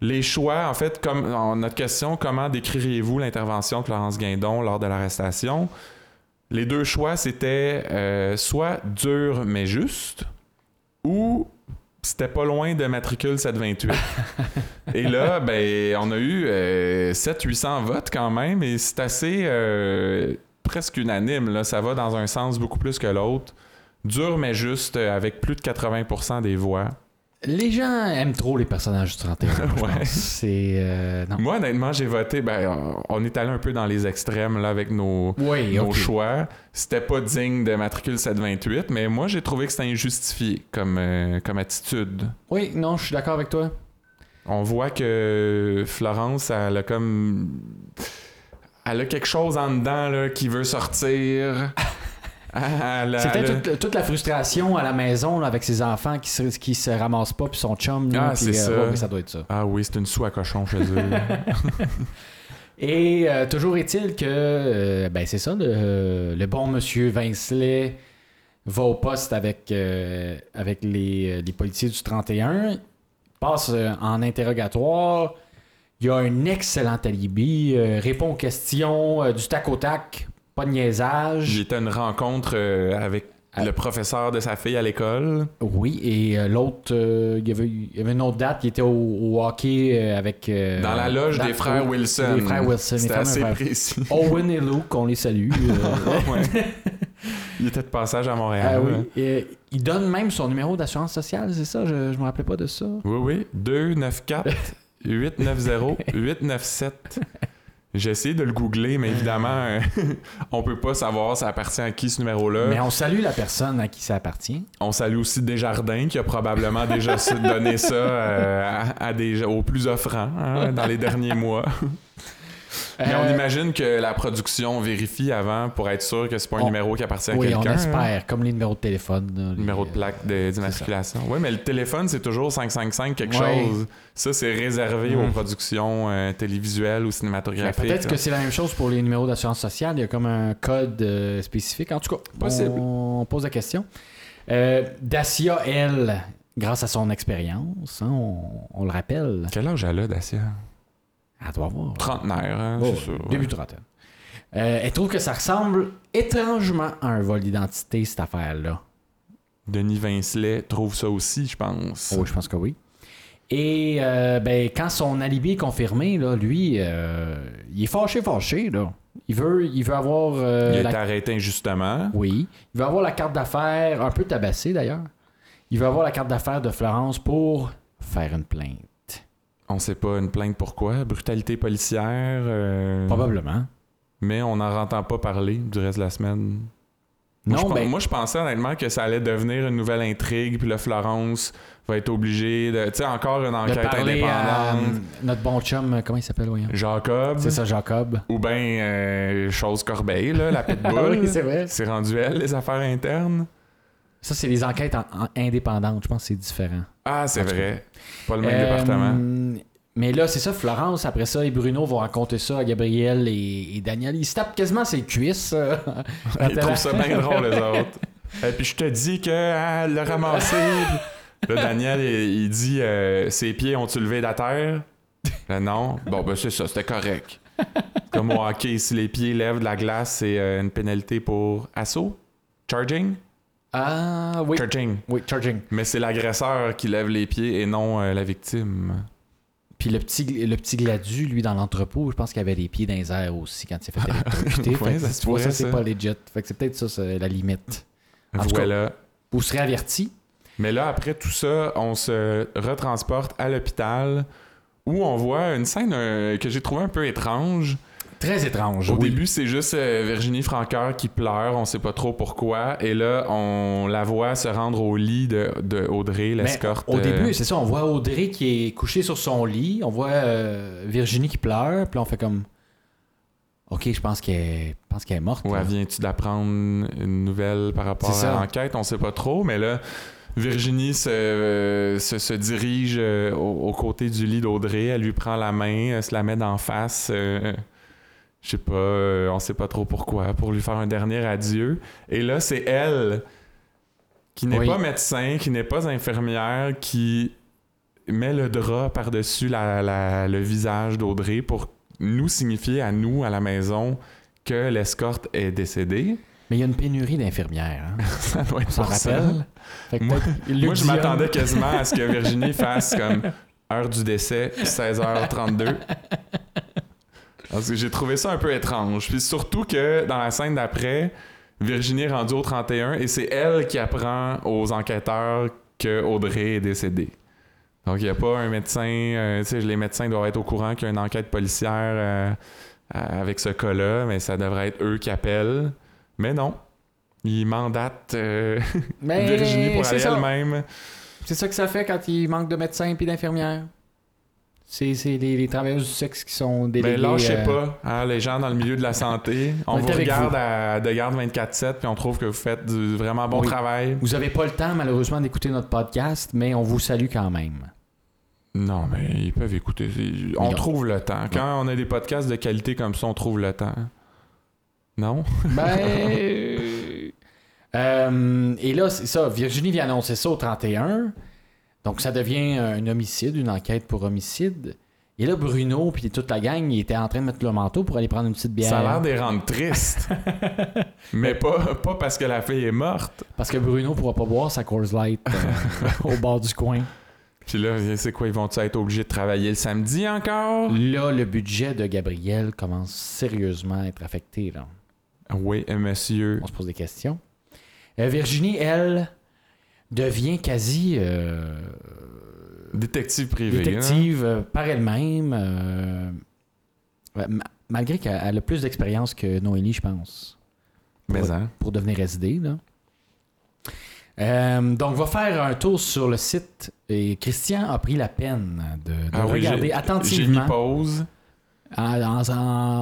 Speaker 1: Les choix, en fait, comme en- notre question, comment décririez-vous l'intervention de Florence Guindon lors de l'arrestation? Les deux choix, c'était euh, soit dur mais juste ou c'était pas loin de matricule 728. et là, ben, on a eu euh, 700-800 votes quand même et c'est assez euh, presque unanime. Là. Ça va dans un sens beaucoup plus que l'autre. Dur mais juste euh, avec plus de 80% des voix.
Speaker 2: Les gens aiment trop les personnages du 31. Ah, je
Speaker 1: Ouais.
Speaker 2: pense. C'est. euh, non.
Speaker 1: Moi, honnêtement, j'ai voté. Ben, on on est allé un peu dans les extrêmes là, avec nos,
Speaker 2: Oui,
Speaker 1: nos
Speaker 2: ok.
Speaker 1: choix. C'était pas digne de matricule 728, mais moi, j'ai trouvé que c'était injustifié comme, euh, comme attitude.
Speaker 2: Oui, non, je suis d'accord avec toi.
Speaker 1: On voit que Florence, elle a comme. Elle a quelque chose en dedans là, qui veut sortir. Elle a-
Speaker 2: C'était
Speaker 1: elle a-
Speaker 2: toute, toute la frustration à la maison là, avec ses enfants qui se, qui se ramassent pas puis son chum. là,
Speaker 1: Ah,
Speaker 2: puis,
Speaker 1: c'est
Speaker 2: euh,
Speaker 1: ça.
Speaker 2: ouais, ouais, ça doit être ça.
Speaker 1: Ah oui, c'est une soie à cochon chez eux.
Speaker 2: Et euh, toujours est-il que, euh, ben c'est ça, le, le bon monsieur Vincelet va au poste avec, euh, avec les, les policiers du 31, passe euh, en interrogatoire, il a un excellent alibi, euh, répond aux questions euh, du tac au tac, pas de niaisage.
Speaker 1: J'étais à une rencontre euh, avec
Speaker 2: Ah.
Speaker 1: le professeur de sa fille à l'école.
Speaker 2: Oui, et euh, l'autre, euh, il, y avait, il y avait une autre date, il était au, au hockey euh, avec... euh,
Speaker 1: Dans la loge
Speaker 2: dans-
Speaker 1: des frères Wilson.
Speaker 2: Des frères Wilson, les
Speaker 1: C'était
Speaker 2: fameux
Speaker 1: assez
Speaker 2: frères-
Speaker 1: précis.
Speaker 2: Owen et Luke, on les salue. euh,
Speaker 1: Ouais. Il était de passage à
Speaker 2: Ah
Speaker 1: Montréal.
Speaker 2: oui. Et, euh, il donne même son numéro d'assurance sociale, c'est ça? Je ne me rappelais pas de ça.
Speaker 1: Oui, oui. 294-890-897. J'ai essayé de le googler, mais évidemment, euh, on peut pas savoir ça appartient à qui ce
Speaker 2: Mais
Speaker 1: numéro-là.
Speaker 2: on salue la personne à qui ça appartient.
Speaker 1: On salue aussi Desjardins qui a probablement déjà s- donné ça euh, à, à des, gens- aux plus offrants hein, dans les derniers mois. Mais on
Speaker 2: Euh,
Speaker 1: imagine que la production vérifie avant pour être sûr que c'est pas un
Speaker 2: On-
Speaker 1: numéro qui appartient à
Speaker 2: Oui,
Speaker 1: quelqu'un.
Speaker 2: on
Speaker 1: hein.
Speaker 2: espère, comme les numéros de téléphone. là, les- euh,
Speaker 1: Numéro de plaque de- d'immatriculation. Oui, mais le téléphone, c'est toujours 555 quelque
Speaker 2: Ouais.
Speaker 1: chose. Ça, c'est réservé
Speaker 2: Mm.
Speaker 1: aux productions euh, télévisuelles ou
Speaker 2: Mais
Speaker 1: cinématographiques.
Speaker 2: ben, Peut-être que
Speaker 1: là.
Speaker 2: c'est la même chose pour les numéros d'assurance sociale. Il y a comme un code euh, spécifique. En tout cas,
Speaker 1: Possible.
Speaker 2: on, on pose la question. Euh, Dacia, elle, grâce à son expérience, hein, on, on le rappelle,
Speaker 1: Quel âge elle a, Dacia?
Speaker 2: elle doit avoir
Speaker 1: Trentenaire, hein,
Speaker 2: Oh,
Speaker 1: c'est sûr. ouais.
Speaker 2: Début trentaine. Euh, elle trouve que ça ressemble étrangement à un vol d'identité, cette affaire-là.
Speaker 1: Denis Vincelet trouve ça aussi, je pense.
Speaker 2: Oh, je pense que oui. Et euh, ben, quand son alibi est confirmé, là, lui, euh, il est fâché, fâché. Là. Il, veut, il veut avoir euh,
Speaker 1: Il a
Speaker 2: la...
Speaker 1: été arrêté injustement.
Speaker 2: Oui. Il veut avoir la carte d'affaires, un peu tabassée d'ailleurs. Il veut avoir la carte d'affaires de Florence pour faire une plainte.
Speaker 1: On sait pas une plainte pourquoi. Brutalité policière. euh,
Speaker 2: Probablement.
Speaker 1: Mais on n'en entend pas parler du reste de la semaine. Moi, je
Speaker 2: non,
Speaker 1: pen-
Speaker 2: ben,
Speaker 1: Moi, je pensais honnêtement que ça allait devenir une nouvelle intrigue, puis là, Florence va être obligée de. Tu sais, encore une
Speaker 2: de
Speaker 1: enquête
Speaker 2: parler à euh,
Speaker 1: indépendante.
Speaker 2: notre bon chum, euh, comment il s'appelle, voyons?
Speaker 1: Jacob.
Speaker 2: C'est ça, Jacob.
Speaker 1: Ou bien euh, Chose Corbeil, là, la
Speaker 2: Ah
Speaker 1: pitbull.
Speaker 2: oui, c'est vrai.
Speaker 1: c'est rendu elle, les affaires internes.
Speaker 2: Ça, c'est les enquêtes en- en- indépendantes. Je pense que c'est différent.
Speaker 1: Ah, c'est
Speaker 2: En tout cas.
Speaker 1: vrai. Pas le même
Speaker 2: Euh,
Speaker 1: département.
Speaker 2: Mais là, c'est ça, Florence, après ça, et Bruno vont raconter ça à Gabriel et, et Daniel. Ils se tapent quasiment ses cuisses. euh, quand
Speaker 1: Ils
Speaker 2: elle-
Speaker 1: trouvent ça bien drôle, les autres. Et puis je te dis que ah, elle l'a ramassé. Là, Daniel, il, il dit euh, Ses pieds ont-tu levé de la terre Là, Non. Bon, ben c'est ça, c'était correct. Comme au hockey, si les pieds lèvent de la glace, c'est euh, une pénalité pour assaut Charging
Speaker 2: Ah, oui.
Speaker 1: Charging.
Speaker 2: Oui, charging.
Speaker 1: Mais c'est l'agresseur qui lève les pieds et non euh, la victime.
Speaker 2: Puis le petit, le petit gladu, lui, dans l'entrepôt, je pense qu'il avait les pieds dans les airs aussi quand il s'est fait électrocuter.
Speaker 1: Ouais,
Speaker 2: Fait que
Speaker 1: ça se
Speaker 2: tu vois,
Speaker 1: pourrait,
Speaker 2: ça, c'est
Speaker 1: ça.
Speaker 2: pas legit. Fait que c'est peut-être ça, c'est la limite. En tout cas-
Speaker 1: Voilà.
Speaker 2: Vous serez averti.
Speaker 1: Mais là, après tout ça, on se retransporte à l'hôpital où on voit une scène euh, que j'ai trouvée un peu étrange.
Speaker 2: Très étrange.
Speaker 1: Au
Speaker 2: oui.
Speaker 1: début, c'est juste euh, Virginie Francoeur qui pleure, on sait pas trop pourquoi. Et là, on la voit se rendre au lit de, de Audrey,
Speaker 2: Mais
Speaker 1: l'escorte.
Speaker 2: Ben, Au
Speaker 1: euh,
Speaker 2: début, c'est ça, on voit Audrey qui est couchée sur son lit, on voit euh, Virginie qui pleure, puis là, on fait comme OK, je pense qu'elle est... je pense qu'elle est morte.
Speaker 1: Ouais,
Speaker 2: là.
Speaker 1: viens-tu d'apprendre une nouvelle par rapport
Speaker 2: C'est
Speaker 1: à
Speaker 2: ça.
Speaker 1: l'enquête? On sait pas trop, mais là, Virginie se, euh, se, se dirige euh, au, aux côtés du lit d'Audrey. Elle lui prend la main, elle se la met d'en face. euh, je sais pas, euh, on sait pas trop pourquoi, pour lui faire un dernier adieu. Et là, c'est elle qui n'est
Speaker 2: Oui.
Speaker 1: pas médecin, qui n'est pas infirmière, qui met le drap par-dessus la- la- le visage d'Audrey pour nous signifier à nous, à la maison, que l'escorte est décédée.
Speaker 2: Mais il y a une pénurie d'infirmières. hein.
Speaker 1: Ça doit être
Speaker 2: On s'en
Speaker 1: pour ça.
Speaker 2: rappelle. Fait que
Speaker 1: Moi-
Speaker 2: peut-être
Speaker 1: Moi,
Speaker 2: Luc
Speaker 1: je
Speaker 2: Dion-
Speaker 1: m'attendais quasiment à ce que Virginie fasse comme heure du décès, 16h32. Parce que j'ai trouvé ça un peu étrange. Puis surtout que dans la scène d'après, Virginie est rendue au 31 et c'est elle qui apprend aux enquêteurs que Audrey est décédée. Donc, il n'y a pas un médecin. euh, tu sais, les médecins doivent être au courant qu'il y a une enquête policière euh, euh, avec ce cas-là, mais ça devrait être eux qui appellent. Mais non. Ils mandatent euh,
Speaker 2: Mais
Speaker 1: Virginie pour
Speaker 2: c'est
Speaker 1: aller
Speaker 2: ça.
Speaker 1: elle-même.
Speaker 2: C'est ça que ça fait quand il manque de médecins et d'infirmières. C'est c'est les, les travailleuses du sexe qui sont déléguées.
Speaker 1: Mais Ben, lâchez
Speaker 2: euh,
Speaker 1: pas, hein, les gens dans le milieu de la santé. On
Speaker 2: On est
Speaker 1: vous
Speaker 2: avec
Speaker 1: regarde
Speaker 2: vous.
Speaker 1: à De Garde 24-7, puis on trouve que vous faites du vraiment bon
Speaker 2: Oui.
Speaker 1: travail.
Speaker 2: Vous avez pas le temps, malheureusement, d'écouter notre podcast, mais on vous salue quand même.
Speaker 1: Non, mais ils peuvent écouter. Ils- On
Speaker 2: Non.
Speaker 1: trouve le temps. Quand on a des podcasts de qualité comme ça, on trouve le temps. Non?
Speaker 2: Ben. euh, euh, et là, c'est ça. Virginie vient annoncer ça au 31. Donc, ça devient un homicide, une enquête pour homicide. Et là, Bruno, puis toute la gang, ils étaient en train de mettre le manteau pour aller prendre une petite bière.
Speaker 1: Ça a l'air des rendre tristes. mais pas, pas parce que la fille est morte.
Speaker 2: Parce que Bruno pourra pas boire sa Coors Light euh, au bord du coin.
Speaker 1: Puis là, c'est quoi? Ils vont-tu être obligés de travailler le samedi encore?
Speaker 2: Là, le budget de Gabriel commence sérieusement à être affecté. Là.
Speaker 1: Oui, monsieur.
Speaker 2: On se pose des questions. Euh, Virginie, elle, devient quasi euh,
Speaker 1: Détective privé.
Speaker 2: détective euh, par elle-même, euh, ouais, ma- malgré qu'elle elle a plus d'expérience que Noélie, je pense,
Speaker 1: Mais hein.
Speaker 2: pour devenir SD. Là. Euh, donc, va faire un tour sur le site et Christian a pris la peine de, de
Speaker 1: Ah oui, j'ai-
Speaker 2: regarder
Speaker 1: J'ai mis
Speaker 2: attentivement
Speaker 1: pause.
Speaker 2: en, en-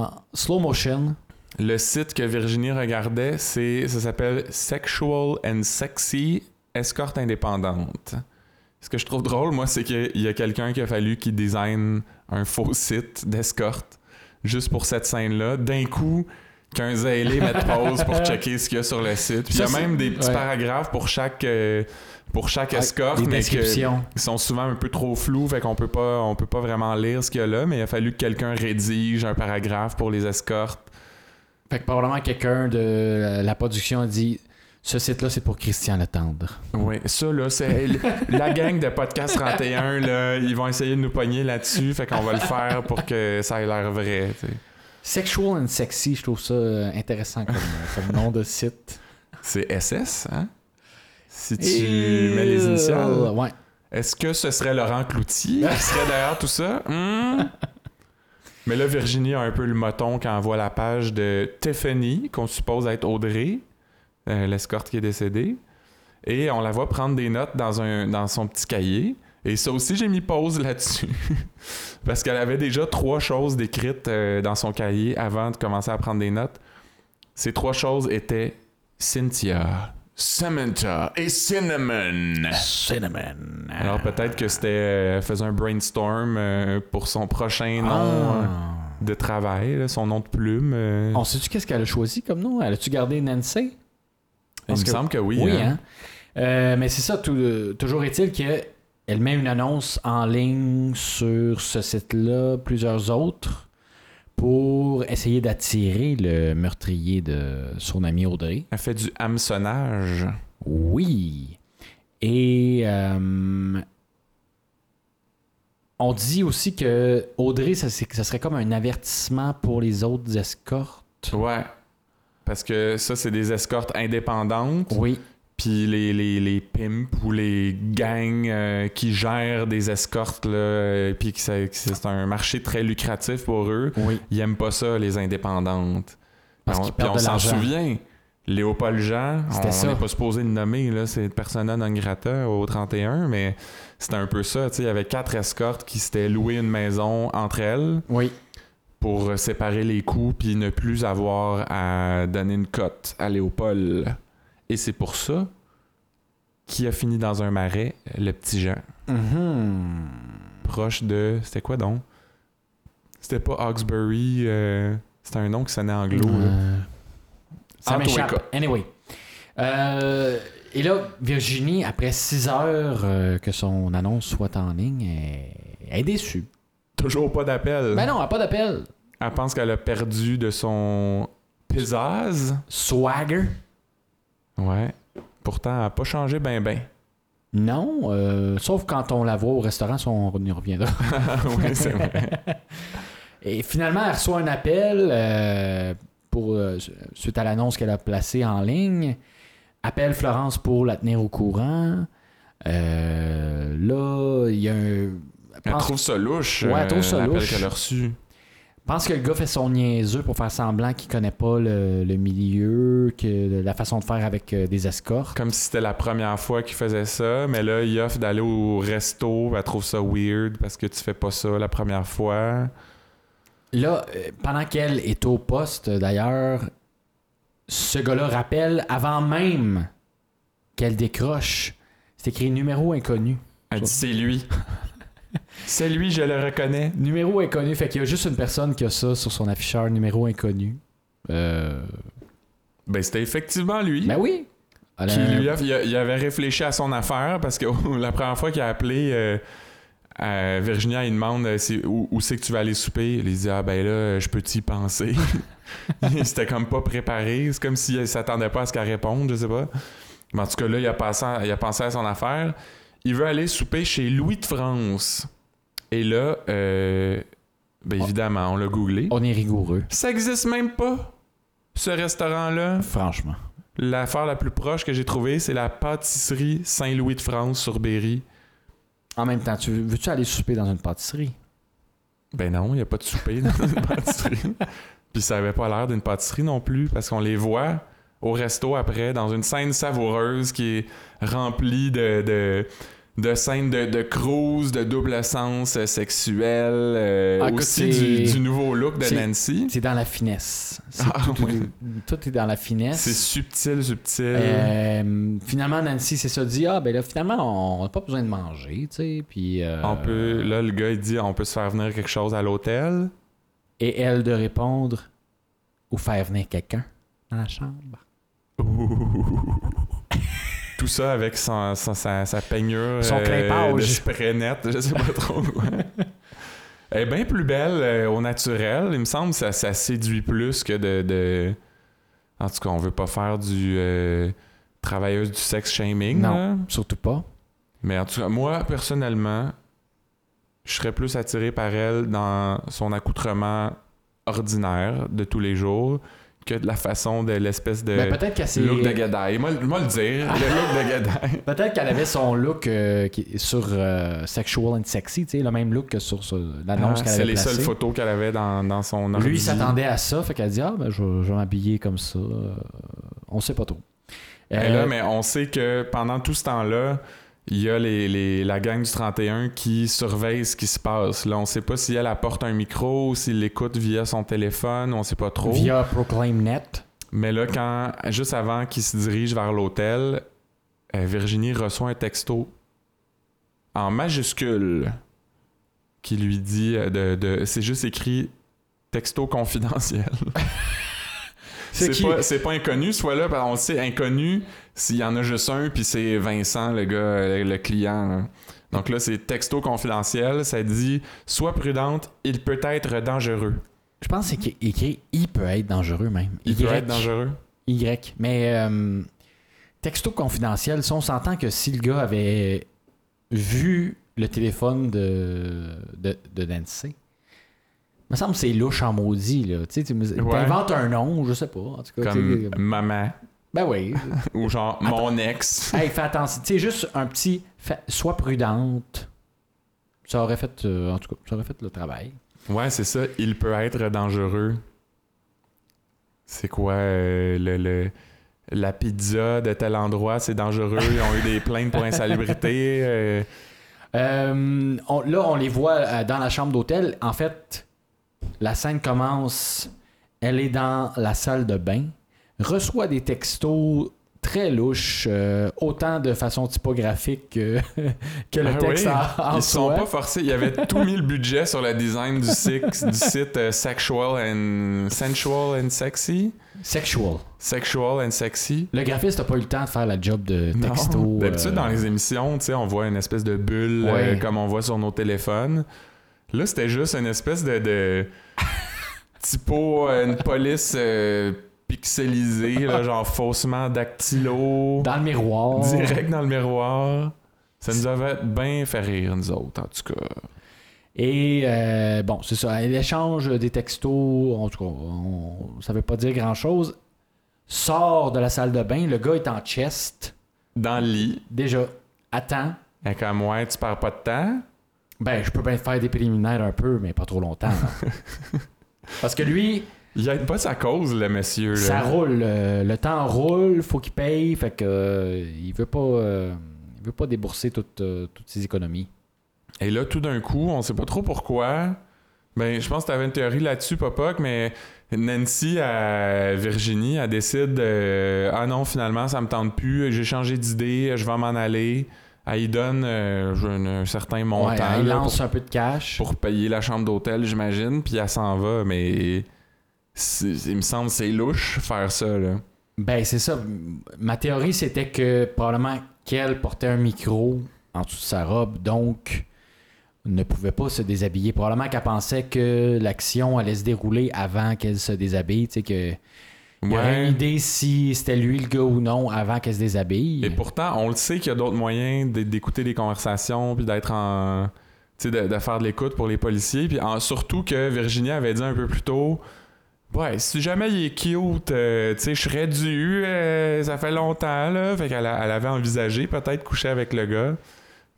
Speaker 2: en slow motion.
Speaker 1: Le site que Virginie regardait, c'est ça s'appelle Sexual and Sexy Escorte indépendante. Ce que je trouve drôle, moi, c'est qu'il y a quelqu'un qui a fallu qui design un faux site d'escorte juste pour cette scène-là. D'un coup, qu'un zélé mette pause pour checker ce qu'il y a sur le site. Puis il y a
Speaker 2: Ça, c'est-
Speaker 1: même des petits
Speaker 2: ouais.
Speaker 1: paragraphes pour chaque euh, pour chaque escorte,
Speaker 2: Des
Speaker 1: mais que-
Speaker 2: descriptions.
Speaker 1: ils sont souvent un peu trop flous, fait qu'on peut pas, on peut pas vraiment lire ce qu'il y a là, mais il a fallu que quelqu'un rédige un paragraphe pour les escortes.
Speaker 2: Fait que probablement quelqu'un de la production a dit ce site-là, c'est pour Christian Le Tendre.
Speaker 1: Oui, ça là, c'est la gang de Podcast 31, là, ils vont essayer de nous pogner là-dessus, fait qu'on va le faire pour que ça ait l'air vrai. tu sais.
Speaker 2: Sexual and sexy, je trouve ça euh, intéressant comme, comme nom de site.
Speaker 1: C'est SS, hein? Si tu
Speaker 2: Et- euh,
Speaker 1: mets les initiales.
Speaker 2: Ouais.
Speaker 1: Est-ce que ce serait Laurent Cloutier qui serait derrière tout ça? Hmm. Mais là, Virginie a un peu le moton quand elle voit la page de Tiffany, qu'on suppose être Audrey, euh, l'escorte qui est décédée. Et on la voit prendre des notes dans, un, dans son petit cahier. Et ça aussi, j'ai mis pause là-dessus. Parce qu'elle avait déjà trois choses décrites euh, dans son cahier avant de commencer à prendre des notes. Ces trois choses étaient Cynthia, Samantha et Cinnamon.
Speaker 2: Cinnamon.
Speaker 1: Alors peut-être que c'était euh, faisait un brainstorm euh, pour son prochain nom euh,
Speaker 2: Ah.
Speaker 1: de travail, là, son nom de plume. euh,
Speaker 2: On sait-tu qu'est-ce qu'elle a choisi comme nom Elle a-tu gardé Nancy
Speaker 1: il me
Speaker 2: pense que-
Speaker 1: semble que oui. hein.
Speaker 2: hein? Euh, mais c'est ça, tout- toujours est-il qu'elle met une annonce en ligne sur ce site-là, plusieurs autres, pour essayer d'attirer le meurtrier de son ami Audrey.
Speaker 1: Elle fait du hameçonnage.
Speaker 2: Oui. Et euh, on dit aussi que Audrey, ça, c'est- ça serait comme un avertissement pour les autres escortes.
Speaker 1: Ouais. Parce que ça, c'est des escortes indépendantes.
Speaker 2: Oui.
Speaker 1: Puis les, les, les pimps ou les gangs euh, qui gèrent des escortes, là, euh, puis que ça- que c'est un marché très lucratif pour eux,
Speaker 2: Oui.
Speaker 1: ils aiment pas ça, les indépendantes.
Speaker 2: Parce
Speaker 1: Puis on-
Speaker 2: qu'ils
Speaker 1: puis
Speaker 2: perdent
Speaker 1: on
Speaker 2: de
Speaker 1: s'en
Speaker 2: l'argent.
Speaker 1: souvient. Léopold Jean,
Speaker 2: C'était
Speaker 1: on
Speaker 2: ça.
Speaker 1: n'est pas supposé le nommer, là, c'est persona non grata au 31, mais c'était un peu ça. tu sais, Il y avait quatre escortes qui s'étaient louées une maison entre elles
Speaker 2: Oui.
Speaker 1: pour séparer les coûts puis ne plus avoir à donner une cote à Léopold. Et c'est pour ça qui a fini dans un marais, le petit Jean,
Speaker 2: Mhm.
Speaker 1: proche de. C'était quoi donc C'était pas Hawkesbury, euh, c'était un nom qui sonnait anglo. là.
Speaker 2: Euh, Ça
Speaker 1: Antoeka.
Speaker 2: m'échappe. Anyway. Euh, et là, Virginie, après 6 heures euh, que son annonce soit en ligne, elle, elle est déçue.
Speaker 1: Toujours pas d'appel.
Speaker 2: Ben non, elle n'a pas d'appel.
Speaker 1: Elle pense qu'elle a perdu de son pizzazz.
Speaker 2: Swagger?
Speaker 1: Ouais. Pourtant, elle a pas changé ben ben.
Speaker 2: Non, euh, sauf quand on la voit au restaurant, ça, on y reviendra.
Speaker 1: oui, Ah c'est vrai.
Speaker 2: Et finalement, elle reçoit un appel euh, pour, euh, suite à l'annonce qu'elle a placée en ligne. Appelle Florence pour la tenir au courant. Euh, là, il y a un.
Speaker 1: Elle
Speaker 2: pense-
Speaker 1: trouve ça louche.
Speaker 2: Ouais, elle trouve
Speaker 1: euh,
Speaker 2: ça
Speaker 1: l'appel
Speaker 2: louche.
Speaker 1: qu'elle a reçu.
Speaker 2: pense que le gars fait son niaiseux pour faire semblant qu'il connaît pas le, le milieu, que la façon de faire avec euh, des escorts.
Speaker 1: Comme si c'était la première fois qu'il faisait ça, mais là, il offre d'aller au resto. Elle trouve ça weird parce que tu fais pas ça la première fois.
Speaker 2: Là, euh, pendant qu'elle est au poste, d'ailleurs, ce gars-là rappelle avant même qu'elle décroche. C'est écrit numéro inconnu.
Speaker 1: Elle dit c'est lui. c'est lui, je le reconnais.
Speaker 2: Numéro inconnu, fait qu'il y a juste une personne qui a ça sur son afficheur, numéro inconnu. Euh...
Speaker 1: Ben, c'était effectivement lui.
Speaker 2: Ben oui! Elle a
Speaker 1: Puis
Speaker 2: un-
Speaker 1: lui, il, a- il avait réfléchi à son affaire parce que la première fois qu'il a appelé euh, à Virginia, il demande euh, c'est- où, où c'est que tu vas aller souper. Il dit Ah, ben là, euh, je peux t'y penser. C'était comme pas préparé. C'est comme s'il s'attendait pas à ce qu'elle réponde, je sais pas. Mais en tout cas, là, il a, pensé, à- il a pensé à son affaire. Il veut aller souper chez Louis de France. Et là, euh, ben évidemment, on l'a googlé.
Speaker 2: On est rigoureux.
Speaker 1: Ça existe même pas, ce restaurant-là.
Speaker 2: Franchement.
Speaker 1: L'affaire la plus proche que j'ai trouvée, c'est la pâtisserie Saint-Louis de France sur Berry.
Speaker 2: En même temps, tu veux- veux-tu aller souper dans une pâtisserie?
Speaker 1: Ben non, il n'y a pas de souper dans une pâtisserie. Puis ça avait pas l'air d'une pâtisserie non plus, parce qu'on les voit au resto après, dans une scène savoureuse qui est remplie de, de, de scènes de, de cruise, de double sens euh, sexuel, euh,
Speaker 2: Ah, écoute,
Speaker 1: aussi
Speaker 2: c'est-
Speaker 1: du, du nouveau look de
Speaker 2: c'est-
Speaker 1: Nancy.
Speaker 2: C'est dans la finesse. C'est
Speaker 1: Ah,
Speaker 2: tout, tout-
Speaker 1: oui.
Speaker 2: tout est dans la
Speaker 1: C'est
Speaker 2: finesse.
Speaker 1: subtil, subtil.
Speaker 2: Euh, finalement, Nancy, c'est ça, dit Ah, ben là, finalement, on n'a pas besoin de manger, tu sais. Puis. euh,
Speaker 1: On peut, là, le gars, il dit on peut se faire venir quelque chose à l'hôtel.
Speaker 2: Et elle de répondre ou faire venir quelqu'un dans la chambre.
Speaker 1: Tout ça avec son- son- sa, sa peignure euh,
Speaker 2: Son
Speaker 1: de
Speaker 2: clampage.
Speaker 1: spray net, je sais pas trop. quoi. Elle est bien plus belle euh, au naturel. Il me semble que ça, ça séduit plus que de, de- En tout cas, on veut pas faire du euh, travailleuse du sexe shaming.
Speaker 2: Non.
Speaker 1: là.
Speaker 2: Surtout pas.
Speaker 1: Mais en tout cas, moi, personnellement, je serais plus attiré par elle dans son accoutrement ordinaire de tous les jours que de la façon de l'espèce de...
Speaker 2: Mais Ben, peut-être qu'elle s'est-
Speaker 1: Euh, Look de Gadaï. Moi, moi le dire, le look de Gadaï.
Speaker 2: Peut-être qu'elle avait son look euh, qui est sur euh, Sexual and Sexy, tu sais, le même look que sur ce- l'annonce
Speaker 1: Ah,
Speaker 2: qu'elle
Speaker 1: c'est
Speaker 2: avait
Speaker 1: les
Speaker 2: placée.
Speaker 1: seules photos qu'elle avait dans, dans son ordi.
Speaker 2: Lui il s'attendait à ça, fait qu'elle dit Ah, ben, je, vais- je vais m'habiller comme ça. Euh, on sait pas trop.
Speaker 1: Mais
Speaker 2: Euh,
Speaker 1: là, mais on sait que pendant tout ce temps-là, il y a les, les- la gang du 31 qui surveille ce qui se passe. Là, on sait pas si elle apporte un micro ou s'il l'écoute via son téléphone, on sait pas trop.
Speaker 2: Via ProclaimNet.
Speaker 1: Mais là, quand juste avant qu'il se dirige vers l'hôtel, euh, Virginie reçoit un texto en majuscule qui lui dit euh, de, de- c'est juste écrit texto confidentiel. c'est
Speaker 2: qui-
Speaker 1: pas c'est pas inconnu soit là on le sait inconnu s'il y en a juste un puis c'est Vincent le gars euh, le, client. là. Donc là c'est texto confidentiel, ça dit sois prudente, il peut être dangereux.
Speaker 2: Je pense que c'est écrit Il peut être dangereux, même.
Speaker 1: Il peut
Speaker 2: Y.
Speaker 1: être dangereux.
Speaker 2: Y. Mais euh, texto confidentiel, si on s'entend que si le gars avait vu le téléphone de, de, de Nancy, me semble que c'est louche en maudit. Là. Tu sais, tu me-
Speaker 1: Ouais.
Speaker 2: t'inventes un nom, je sais pas. En tout cas, tu
Speaker 1: Comme
Speaker 2: sais,
Speaker 1: maman
Speaker 2: ben oui.
Speaker 1: ou genre mon ex.
Speaker 2: hey, fais attention. Tu sais, juste un petit. fais- sois prudente. Ça aurait fait, euh, en tout cas, ça aurait fait le travail.
Speaker 1: Ouais, c'est ça. Il peut être dangereux. C'est quoi euh, le, le- la pizza de tel endroit, c'est dangereux. Ils ont eu des plaintes pour insalubrité. euh,
Speaker 2: Euh, on- là, on les voit euh, dans la chambre d'hôtel. En fait, la scène commence. Elle est dans la salle de bain, reçoit des textos très louche, euh, autant de façon typographique que, que le
Speaker 1: Ah
Speaker 2: texte
Speaker 1: oui,
Speaker 2: en- en,
Speaker 1: Ils sont
Speaker 2: soi.
Speaker 1: pas forcés. Il y avait tout mis le budget sur la design du, six- du site euh, Sexual and Sensual and Sexy.
Speaker 2: Sexual.
Speaker 1: Sexual and Sexy.
Speaker 2: Le graphiste n'a pas eu le temps de faire la job de
Speaker 1: Non.
Speaker 2: texto.
Speaker 1: D'habitude,
Speaker 2: euh,
Speaker 1: dans les émissions, tu sais, on voit une espèce de bulle
Speaker 2: Ouais.
Speaker 1: euh, comme on voit sur nos téléphones. Là, c'était juste une espèce de, de typo, euh, une police euh, pixelisée, là, genre faussement dactylo,
Speaker 2: dans le miroir.
Speaker 1: direct dans le miroir. Ça nous avait bien fait rire, nous autres, en tout cas.
Speaker 2: Et euh, bon, c'est ça. L'échange des textos, en tout cas, on- ça veut pas dire grand-chose. Sort de la salle de bain, le gars est en chest.
Speaker 1: Dans le lit,
Speaker 2: Déjà, attends.
Speaker 1: elle est comme, ouais, tu perds pas de temps.
Speaker 2: Ben, je peux bien te faire des préliminaires un peu, mais pas trop longtemps. là. Parce que lui,
Speaker 1: Il aide pas sa cause, le monsieur. Là.
Speaker 2: ça roule. euh, le temps roule, faut qu'il paye. Fait que euh, il veut pas. euh, il veut pas débourser toutes, euh, toutes ses économies.
Speaker 1: Et là, tout d'un coup, on sait pas trop pourquoi. Ben, je pense que tu avais une théorie là-dessus, Popoc, mais Nancy à Virginie, elle décide euh, Ah non, finalement, ça me tente plus, j'ai changé d'idée, je vais m'en aller. Elle y donne euh, je- un, un certain montant
Speaker 2: Ouais, il
Speaker 1: là,
Speaker 2: lance un peu de cash.
Speaker 1: pour, pour payer la chambre d'hôtel, j'imagine, puis elle s'en va, mais c'est- il me semble que c'est louche faire ça. Là.
Speaker 2: Ben, c'est ça. Ma théorie, c'était que probablement qu'elle portait un micro en dessous de sa robe, donc ne pouvait pas se déshabiller. Probablement qu'elle pensait que l'action allait se dérouler avant qu'elle se déshabille. Tu sais, que il y aurait
Speaker 1: Ouais.
Speaker 2: une idée si c'était lui le gars ou non avant qu'elle se déshabille.
Speaker 1: Et pourtant, on le sait qu'il y a d'autres moyens d'é- d'écouter les conversations, puis d'être en. Tu sais, de, de faire de l'écoute pour les policiers. Puis en- surtout que Virginie avait dit un peu plus tôt. Ouais, si jamais il est cute, euh, tu sais, je serais dû, euh, ça fait longtemps, là. Fait qu'elle a- elle avait envisagé peut-être coucher avec le gars.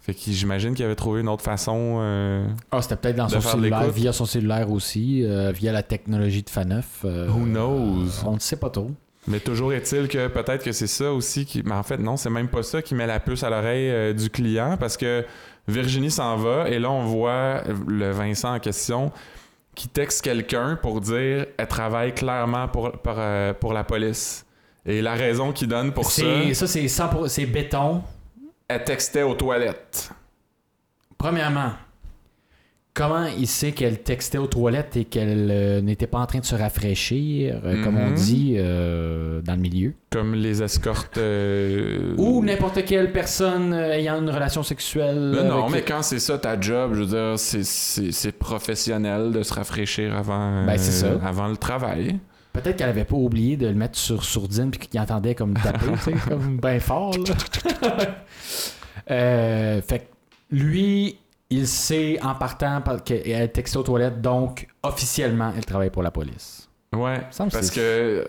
Speaker 1: Fait que j'imagine qu'il avait trouvé une autre façon. euh,
Speaker 2: Ah, c'était peut-être dans
Speaker 1: de
Speaker 2: son
Speaker 1: faire
Speaker 2: cellulaire,
Speaker 1: l'écoute.
Speaker 2: via son cellulaire aussi, euh, via la technologie de Faneuf. euh,
Speaker 1: Who knows?
Speaker 2: On ne sait pas trop.
Speaker 1: Mais toujours est-il que peut-être que c'est ça aussi qui. Mais en fait, non, c'est même pas ça qui met la puce à l'oreille euh, du client parce que Virginie s'en va et là, on voit euh, le Vincent en question qui texte quelqu'un pour dire elle travaille clairement pour, par, euh, pour la police. Et la raison qu'il donne pour ça,
Speaker 2: C'est- Ça, c'est 100 pour- c'est béton.
Speaker 1: elle textait aux toilettes.
Speaker 2: Premièrement, comment il sait qu'elle textait aux toilettes et qu'elle euh, n'était pas en train de se rafraîchir, euh, comme on
Speaker 1: Mhm.
Speaker 2: dit euh, dans le milieu?
Speaker 1: Comme les escortes. euh,
Speaker 2: Ou n'importe quelle personne euh, ayant une relation sexuelle.
Speaker 1: Là, Ben non,
Speaker 2: avec-
Speaker 1: mais quand c'est ça ta job, je veux dire, c'est- c'est c'est professionnel de se rafraîchir avant, euh,
Speaker 2: Ben, c'est ça.
Speaker 1: avant le travail.
Speaker 2: Peut-être qu'elle avait pas oublié de le mettre sur sourdine puis qu'il entendait comme taper, tu sais, comme bien fort. là. Euh, fait que lui, il sait en partant par- qu'elle textait aux toilettes, donc officiellement, elle travaille pour la police.
Speaker 1: Ouais,
Speaker 2: Il me semble
Speaker 1: parce
Speaker 2: c'est-
Speaker 1: que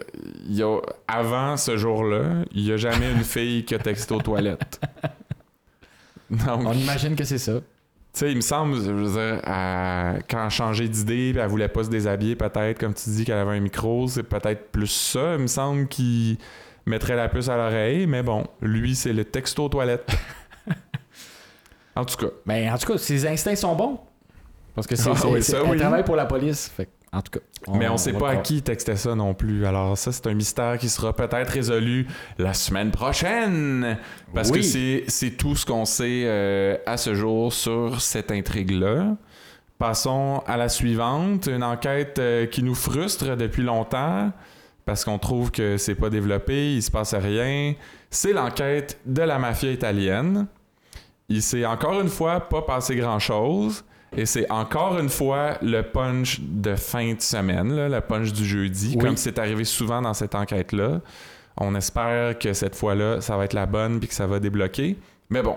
Speaker 1: il y a- avant ce jour-là, il n'y a jamais une fille qui a texté aux toilettes.
Speaker 2: On
Speaker 1: Donc, tu
Speaker 2: imagine que c'est ça.
Speaker 1: sais, il me semble, je veux dire, elle- quand elle a changé d'idée, puis elle voulait pas se déshabiller, peut-être, comme tu dis qu'elle avait un micro, c'est peut-être plus ça, il me semble, qui mettrait la puce à l'oreille, mais bon, lui, c'est le texto aux toilettes. en tout cas,
Speaker 2: Mais Ben, en tout cas, ses instincts sont bons. Parce que c'est,
Speaker 1: Ah
Speaker 2: c'est-
Speaker 1: oui,
Speaker 2: c'est-
Speaker 1: ça,
Speaker 2: elle
Speaker 1: oui.
Speaker 2: travaille pour la police. Fait que, en tout cas.
Speaker 1: mais on sait
Speaker 2: va
Speaker 1: pas
Speaker 2: le
Speaker 1: à
Speaker 2: croire.
Speaker 1: qui il textait ça non plus. Alors ça, c'est un mystère qui sera peut-être résolu la semaine prochaine. Parce
Speaker 2: Oui.
Speaker 1: que c'est- c'est tout ce qu'on sait euh, à ce jour sur cette intrigue-là. Passons à la suivante, une enquête euh, qui nous frustre depuis longtemps parce qu'on trouve que c'est pas développé, il se passe rien. C'est l'enquête de la mafia italienne. Il s'est encore une fois pas passé grand-chose et c'est encore une fois le punch de fin de semaine, là, le punch du jeudi,
Speaker 2: Oui.
Speaker 1: comme c'est arrivé souvent dans cette enquête-là. On espère que cette fois-là, ça va être la bonne puis que ça va débloquer. Mais bon,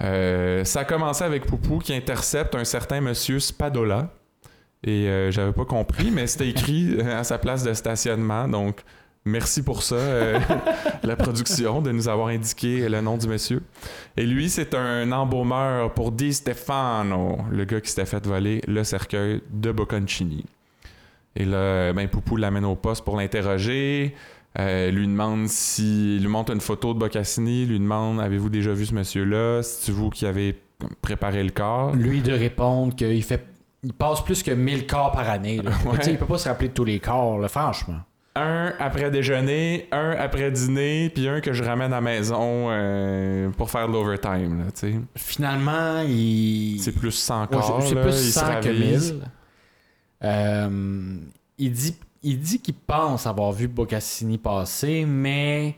Speaker 1: euh, ça a commencé avec Poupou qui intercepte un certain monsieur Spadola. Et euh, j'avais pas compris, mais c'était écrit euh, à sa place de stationnement. Donc, merci pour ça, euh, la production, de nous avoir indiqué le nom du monsieur. Et lui, c'est un embaumeur pour Di Stefano, le gars qui s'était fait voler le cercueil de Bocconcini. Et là, ben, Poupou l'amène au poste pour l'interroger. Euh, lui demande si. lui montre une photo de Boccassini, lui demande Avez-vous déjà vu ce monsieur-là C'est-tu vous qui avez préparé le corps
Speaker 2: Lui de répondre qu'il fait. Il passe plus que 1000 corps par année. là.
Speaker 1: Ouais.
Speaker 2: Tu sais, Il peut pas se rappeler de tous les corps, là, franchement.
Speaker 1: un après déjeuner, un après dîner, puis un que je ramène à la maison euh, pour faire de l'overtime. là, tu sais.
Speaker 2: Finalement, il.
Speaker 1: C'est plus 100
Speaker 2: Ouais,
Speaker 1: corps,
Speaker 2: c'est- c'est
Speaker 1: là,
Speaker 2: plus
Speaker 1: il se
Speaker 2: 100 que
Speaker 1: ravise.
Speaker 2: 1000. Euh, il dit il dit qu'il pense avoir vu Boccassini passer, mais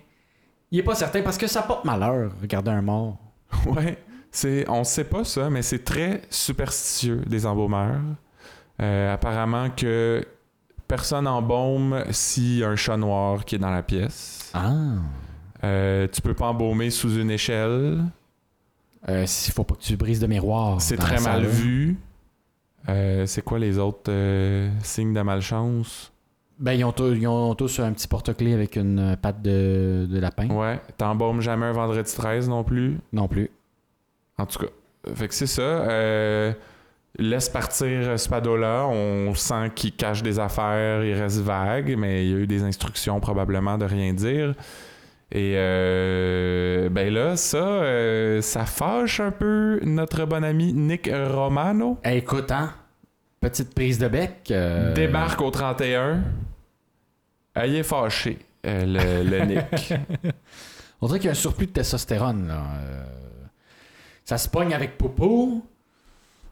Speaker 2: il est pas certain parce que ça porte malheur, regarder un mort.
Speaker 1: Ouais, c'est, on sait pas ça, mais c'est très superstitieux des embaumeurs. Euh, apparemment que personne embaume si un chat noir qui est dans la pièce.
Speaker 2: Ah.
Speaker 1: Euh, tu peux pas embaumer sous une échelle.
Speaker 2: Euh, S'il faut pas que tu brises de miroir.
Speaker 1: C'est
Speaker 2: dans la
Speaker 1: très mal
Speaker 2: salle.
Speaker 1: vu. Euh, c'est quoi les autres euh, signes de malchance?
Speaker 2: Ben, ils ont, tous- ils ont tous un petit porte-clés avec une euh, patte de, de lapin.
Speaker 1: Ouais, t'embaumes jamais un vendredi 13 non plus.
Speaker 2: Non plus.
Speaker 1: En tout cas, fait que c'est ça. euh, laisse partir Spadola. On sent qu'il cache des affaires, il reste vague, mais il y a eu des instructions probablement de rien dire. Et euh, ben là, ça, euh, ça fâche un peu notre bon ami Nick Romano.
Speaker 2: Eh, écoute, hein? Petite prise de bec. euh,
Speaker 1: Débarque au 31. Ah, Il est fâché, euh, le, le Nick.
Speaker 2: Euh. On dirait qu'il y a un surplus de testostérone. Là. Euh, Ça se pogne avec Popo.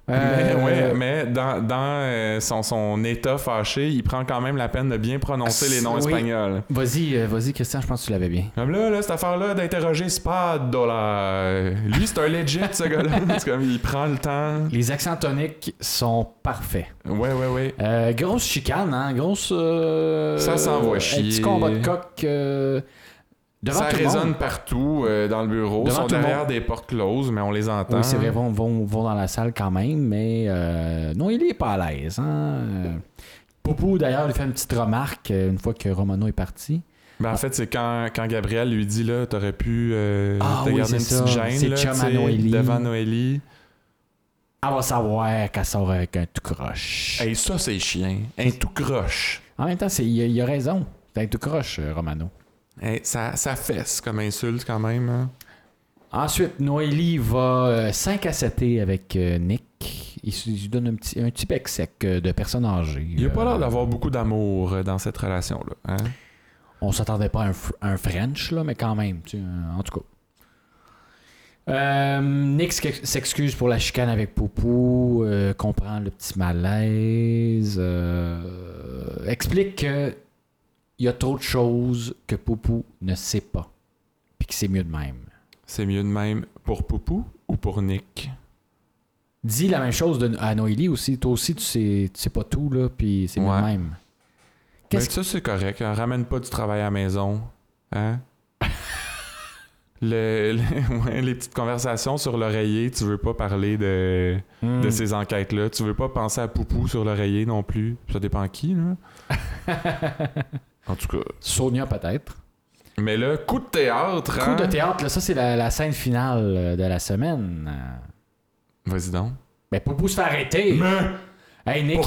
Speaker 1: Mais,
Speaker 2: Euh,
Speaker 1: ouais, mais dans, dans, euh, son, son état fâché, il prend quand même la peine de bien prononcer les noms
Speaker 2: Oui.
Speaker 1: espagnols.
Speaker 2: Vas-y, euh, vas-y, Christian, je pense que tu l'avais bien.
Speaker 1: Comme là, là, cette affaire-là d'interroger Spadola. Lui, c'est un legit, ce gars-là. C'est comme, il prend le temps.
Speaker 2: Les accents toniques sont parfaits.
Speaker 1: Ouais, ouais, ouais.
Speaker 2: Euh, grosse chicane, hein? Grosse. euh,
Speaker 1: Ça s'envoie
Speaker 2: Un
Speaker 1: chier.
Speaker 2: petit combat de coq. euh, devant
Speaker 1: ça
Speaker 2: tout le
Speaker 1: résonne
Speaker 2: monde.
Speaker 1: partout euh, dans le bureau.
Speaker 2: Devant
Speaker 1: Ils sont
Speaker 2: tout le
Speaker 1: derrière
Speaker 2: monde.
Speaker 1: des portes closes, mais on les entend.
Speaker 2: Oui, c'est vrai, vont, vont, vont dans la salle quand même, mais euh, non, il est pas à l'aise. Hein? Euh, Popo, d'ailleurs, lui fait une petite remarque euh, une fois que Romano est parti.
Speaker 1: Ben, en fait, c'est quand, quand Gabriel lui dit là, t'aurais pu euh,
Speaker 2: Ah
Speaker 1: te
Speaker 2: oui,
Speaker 1: garder une
Speaker 2: c'est
Speaker 1: petite
Speaker 2: ça. C'est
Speaker 1: gêne là,
Speaker 2: chum à
Speaker 1: tu sais,
Speaker 2: Noélie.
Speaker 1: devant Noélie.
Speaker 2: Elle va savoir qu'elle sort avec un tout croche.
Speaker 1: Et ça, c'est chien. Un tout croche.
Speaker 2: En même temps, c'est- il a, il a raison. C'est un tout croche, euh, Romano.
Speaker 1: Hey, ça, ça fesse comme insulte quand même. hein.
Speaker 2: Ensuite, Noélie va euh, 5 à 7 avec euh, Nick. Il se- il lui donne un petit, un petit bec sec euh, de personne âgée.
Speaker 1: Il a pas
Speaker 2: Euh,
Speaker 1: l'air d'avoir beaucoup d'amour euh, dans cette relation-là. hein.
Speaker 2: On s'attendait pas à un, fr- un French, là, mais quand même, tu sais, euh, en tout cas. Euh, Nick s'ex- s'excuse pour la chicane avec Poupou, euh, comprend le petit malaise, euh, explique qu'il y a trop de choses que Poupou ne sait pas, puis que c'est mieux de même.
Speaker 1: C'est mieux de même pour Poupou ou pour Nick?
Speaker 2: Dis la même chose de- à Noélie aussi. Toi aussi, tu sais, tu sais pas tout, là, puis c'est mieux de
Speaker 1: Ouais.
Speaker 2: même.
Speaker 1: Ben,
Speaker 2: Qu'est-ce
Speaker 1: ça, c'est correct. hein. Ramène pas du travail à la maison. Hein? Le- le- ouais, les petites conversations sur l'oreiller, tu veux pas parler de,
Speaker 2: Hmm.
Speaker 1: de ces enquêtes-là. Tu veux pas penser à Poupou sur l'oreiller non plus. Ça dépend qui, là. en tout cas.
Speaker 2: Sonia, peut-être.
Speaker 1: Mais là, coup de théâtre. hein?
Speaker 2: Coup de théâtre, là, ça, c'est la, la scène finale euh, de la semaine. Euh,
Speaker 1: Vas-y donc.
Speaker 2: Ben, Poupou se fait arrêter. Hey, Nick,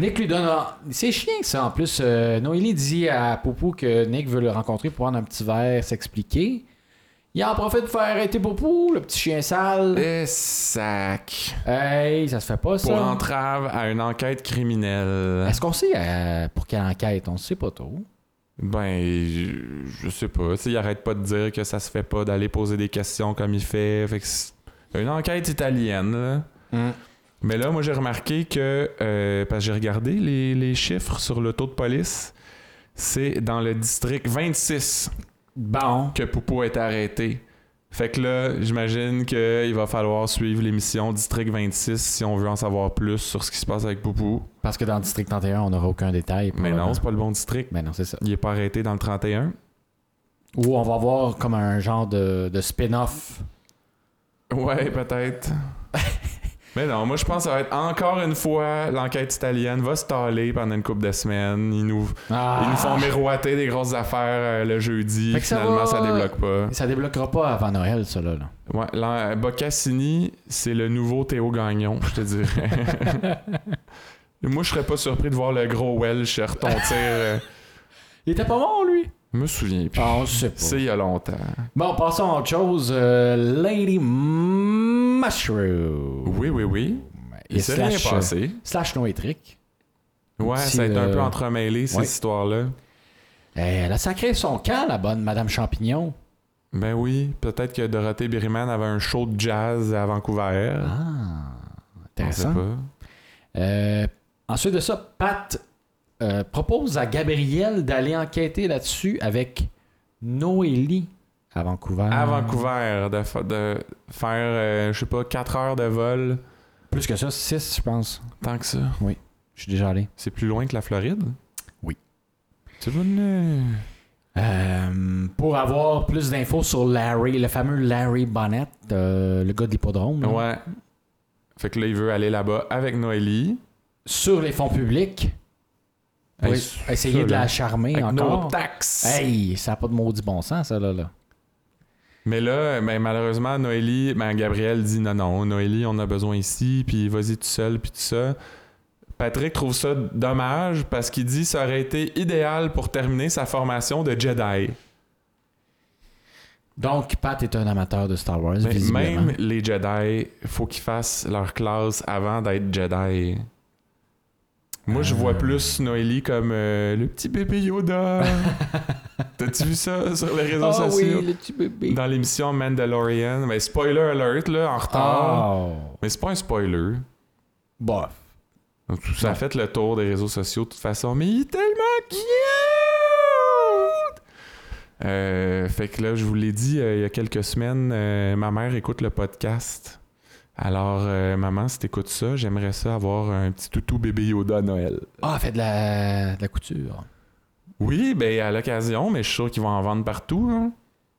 Speaker 2: Nick lui donne. un- C'est chiant, ça, en plus. Euh, Noélie dit à Poupou que Nick veut le rencontrer pour prendre un petit verre, s'expliquer. Il en profite pour faire arrêter Poupou, le petit chien sale.
Speaker 1: Et sac.
Speaker 2: Hey, ça se fait pas, ça.
Speaker 1: Pour hein? entrave à une enquête criminelle.
Speaker 2: Est-ce qu'on sait euh, pour quelle enquête On sait pas trop.
Speaker 1: Ben, je, je sais pas. Tu sais, il arrête pas de dire que ça se fait pas d'aller poser des questions comme il fait. Fait que c'est une enquête italienne, là. Mais là, moi, j'ai remarqué que, euh, parce que j'ai regardé les, les chiffres sur le taux de police, c'est dans le district 26
Speaker 2: Bon.
Speaker 1: que Poupou est arrêté. Fait que là, j'imagine qu'il va falloir suivre l'émission District 26 si on veut en savoir plus sur ce qui se passe avec Poupou.
Speaker 2: Parce que dans District 31, on n'aura aucun détail.
Speaker 1: Mais
Speaker 2: probablement.
Speaker 1: non, c'est pas le bon district.
Speaker 2: Mais non, c'est ça.
Speaker 1: Il est pas arrêté dans le 31.
Speaker 2: Ou on va avoir comme un genre de, de spin-off.
Speaker 1: Ouais, peut-être. Mais non, moi je pense que ça va être encore une fois l'enquête italienne va se taler pendant une couple de semaines. Ils nous,
Speaker 2: Ah!
Speaker 1: ils nous font miroiter des grosses affaires euh, le jeudi.
Speaker 2: Fait que ça
Speaker 1: Finalement,
Speaker 2: va-
Speaker 1: ça, débloque pas.
Speaker 2: Ça débloquera pas avant Noël, ça, là. là.
Speaker 1: Ouais, l'en- Boccassini, c'est le nouveau Théo Gagnon, je te dirais. moi, je serais pas surpris de voir le gros Welsh retontir. euh,
Speaker 2: Il était pas bon, lui?
Speaker 1: Je me souviens plus.
Speaker 2: Ah, on sait pas.
Speaker 1: C'est il y a longtemps.
Speaker 2: Bon, passons à autre chose. Euh, Lady Mushroom.
Speaker 1: Oui, oui, oui.
Speaker 2: Et
Speaker 1: Il s'est rien
Speaker 2: slash, euh,
Speaker 1: passé.
Speaker 2: Slash Noétric.
Speaker 1: Ouais,
Speaker 2: si,
Speaker 1: ça a été un
Speaker 2: euh,
Speaker 1: peu entremêlé, cette
Speaker 2: ouais.
Speaker 1: histoire-là.
Speaker 2: Eh, elle a sacré son camp, la bonne Madame Champignon.
Speaker 1: Ben oui, peut-être que Dorothée Berryman avait un show de jazz à Vancouver.
Speaker 2: Ah,
Speaker 1: On sait
Speaker 2: intéressant.
Speaker 1: pas.
Speaker 2: Euh, ensuite de ça, Pat euh, propose à Gabriel d'aller enquêter là-dessus avec Noélie à Vancouver.
Speaker 1: À Vancouver, de, fa- de faire, euh, je sais pas, 4 heures de vol.
Speaker 2: Plus que ça, 6, je pense.
Speaker 1: Tant que ça.
Speaker 2: Je suis déjà allé.
Speaker 1: C'est plus loin que la Floride?
Speaker 2: Oui.
Speaker 1: C'est bon. euh,
Speaker 2: Euh, pour avoir plus d'infos sur Larry, le fameux Larry Bonnet, euh, le gars de l'hippodrome, là,
Speaker 1: Ouais. Fait que là, il veut aller là-bas avec Noélie.
Speaker 2: sur les fonds publics, pour
Speaker 1: Hey,
Speaker 2: e-
Speaker 1: ça,
Speaker 2: essayer de
Speaker 1: là,
Speaker 2: la charmer
Speaker 1: Avec
Speaker 2: encore.
Speaker 1: nos taxes!
Speaker 2: Hey, ça n'a pas de maudit bon sens, ça, là. là.
Speaker 1: Mais là, ben, malheureusement, Noélie, ben, Gabriel dit non, non, Noélie, on a besoin ici, puis vas-y tout seul, puis tout ça. Patrick trouve ça dommage parce qu'il dit ça aurait été idéal pour terminer sa formation de Jedi.
Speaker 2: Donc, Pat est un amateur de Star Wars,
Speaker 1: Mais
Speaker 2: visiblement.
Speaker 1: même les Jedi, faut qu'ils fassent leur classe avant d'être Jedi. Moi, je
Speaker 2: Euh.
Speaker 1: vois plus Noélie comme euh, le petit bébé Yoda. T'as-tu vu ça sur les réseaux
Speaker 2: Ah
Speaker 1: sociaux?
Speaker 2: oui, le petit bébé.
Speaker 1: Dans l'émission Mandalorian. Mais spoiler alert, là, en retard.
Speaker 2: Oh.
Speaker 1: Mais c'est pas un spoiler.
Speaker 2: Bof.
Speaker 1: Ça a fait le tour des réseaux sociaux de toute façon, mais il est tellement cute! Euh, fait que là, je vous l'ai dit euh, il y a quelques semaines, euh, ma mère écoute le podcast. Alors, euh, maman, si t'écoutes ça, j'aimerais ça avoir un petit toutou bébé Yoda à Noël.
Speaker 2: Ah, elle fait de la, de la couture.
Speaker 1: Oui, ben à l'occasion, mais je suis sûr qu'ils vont en vendre partout. hein.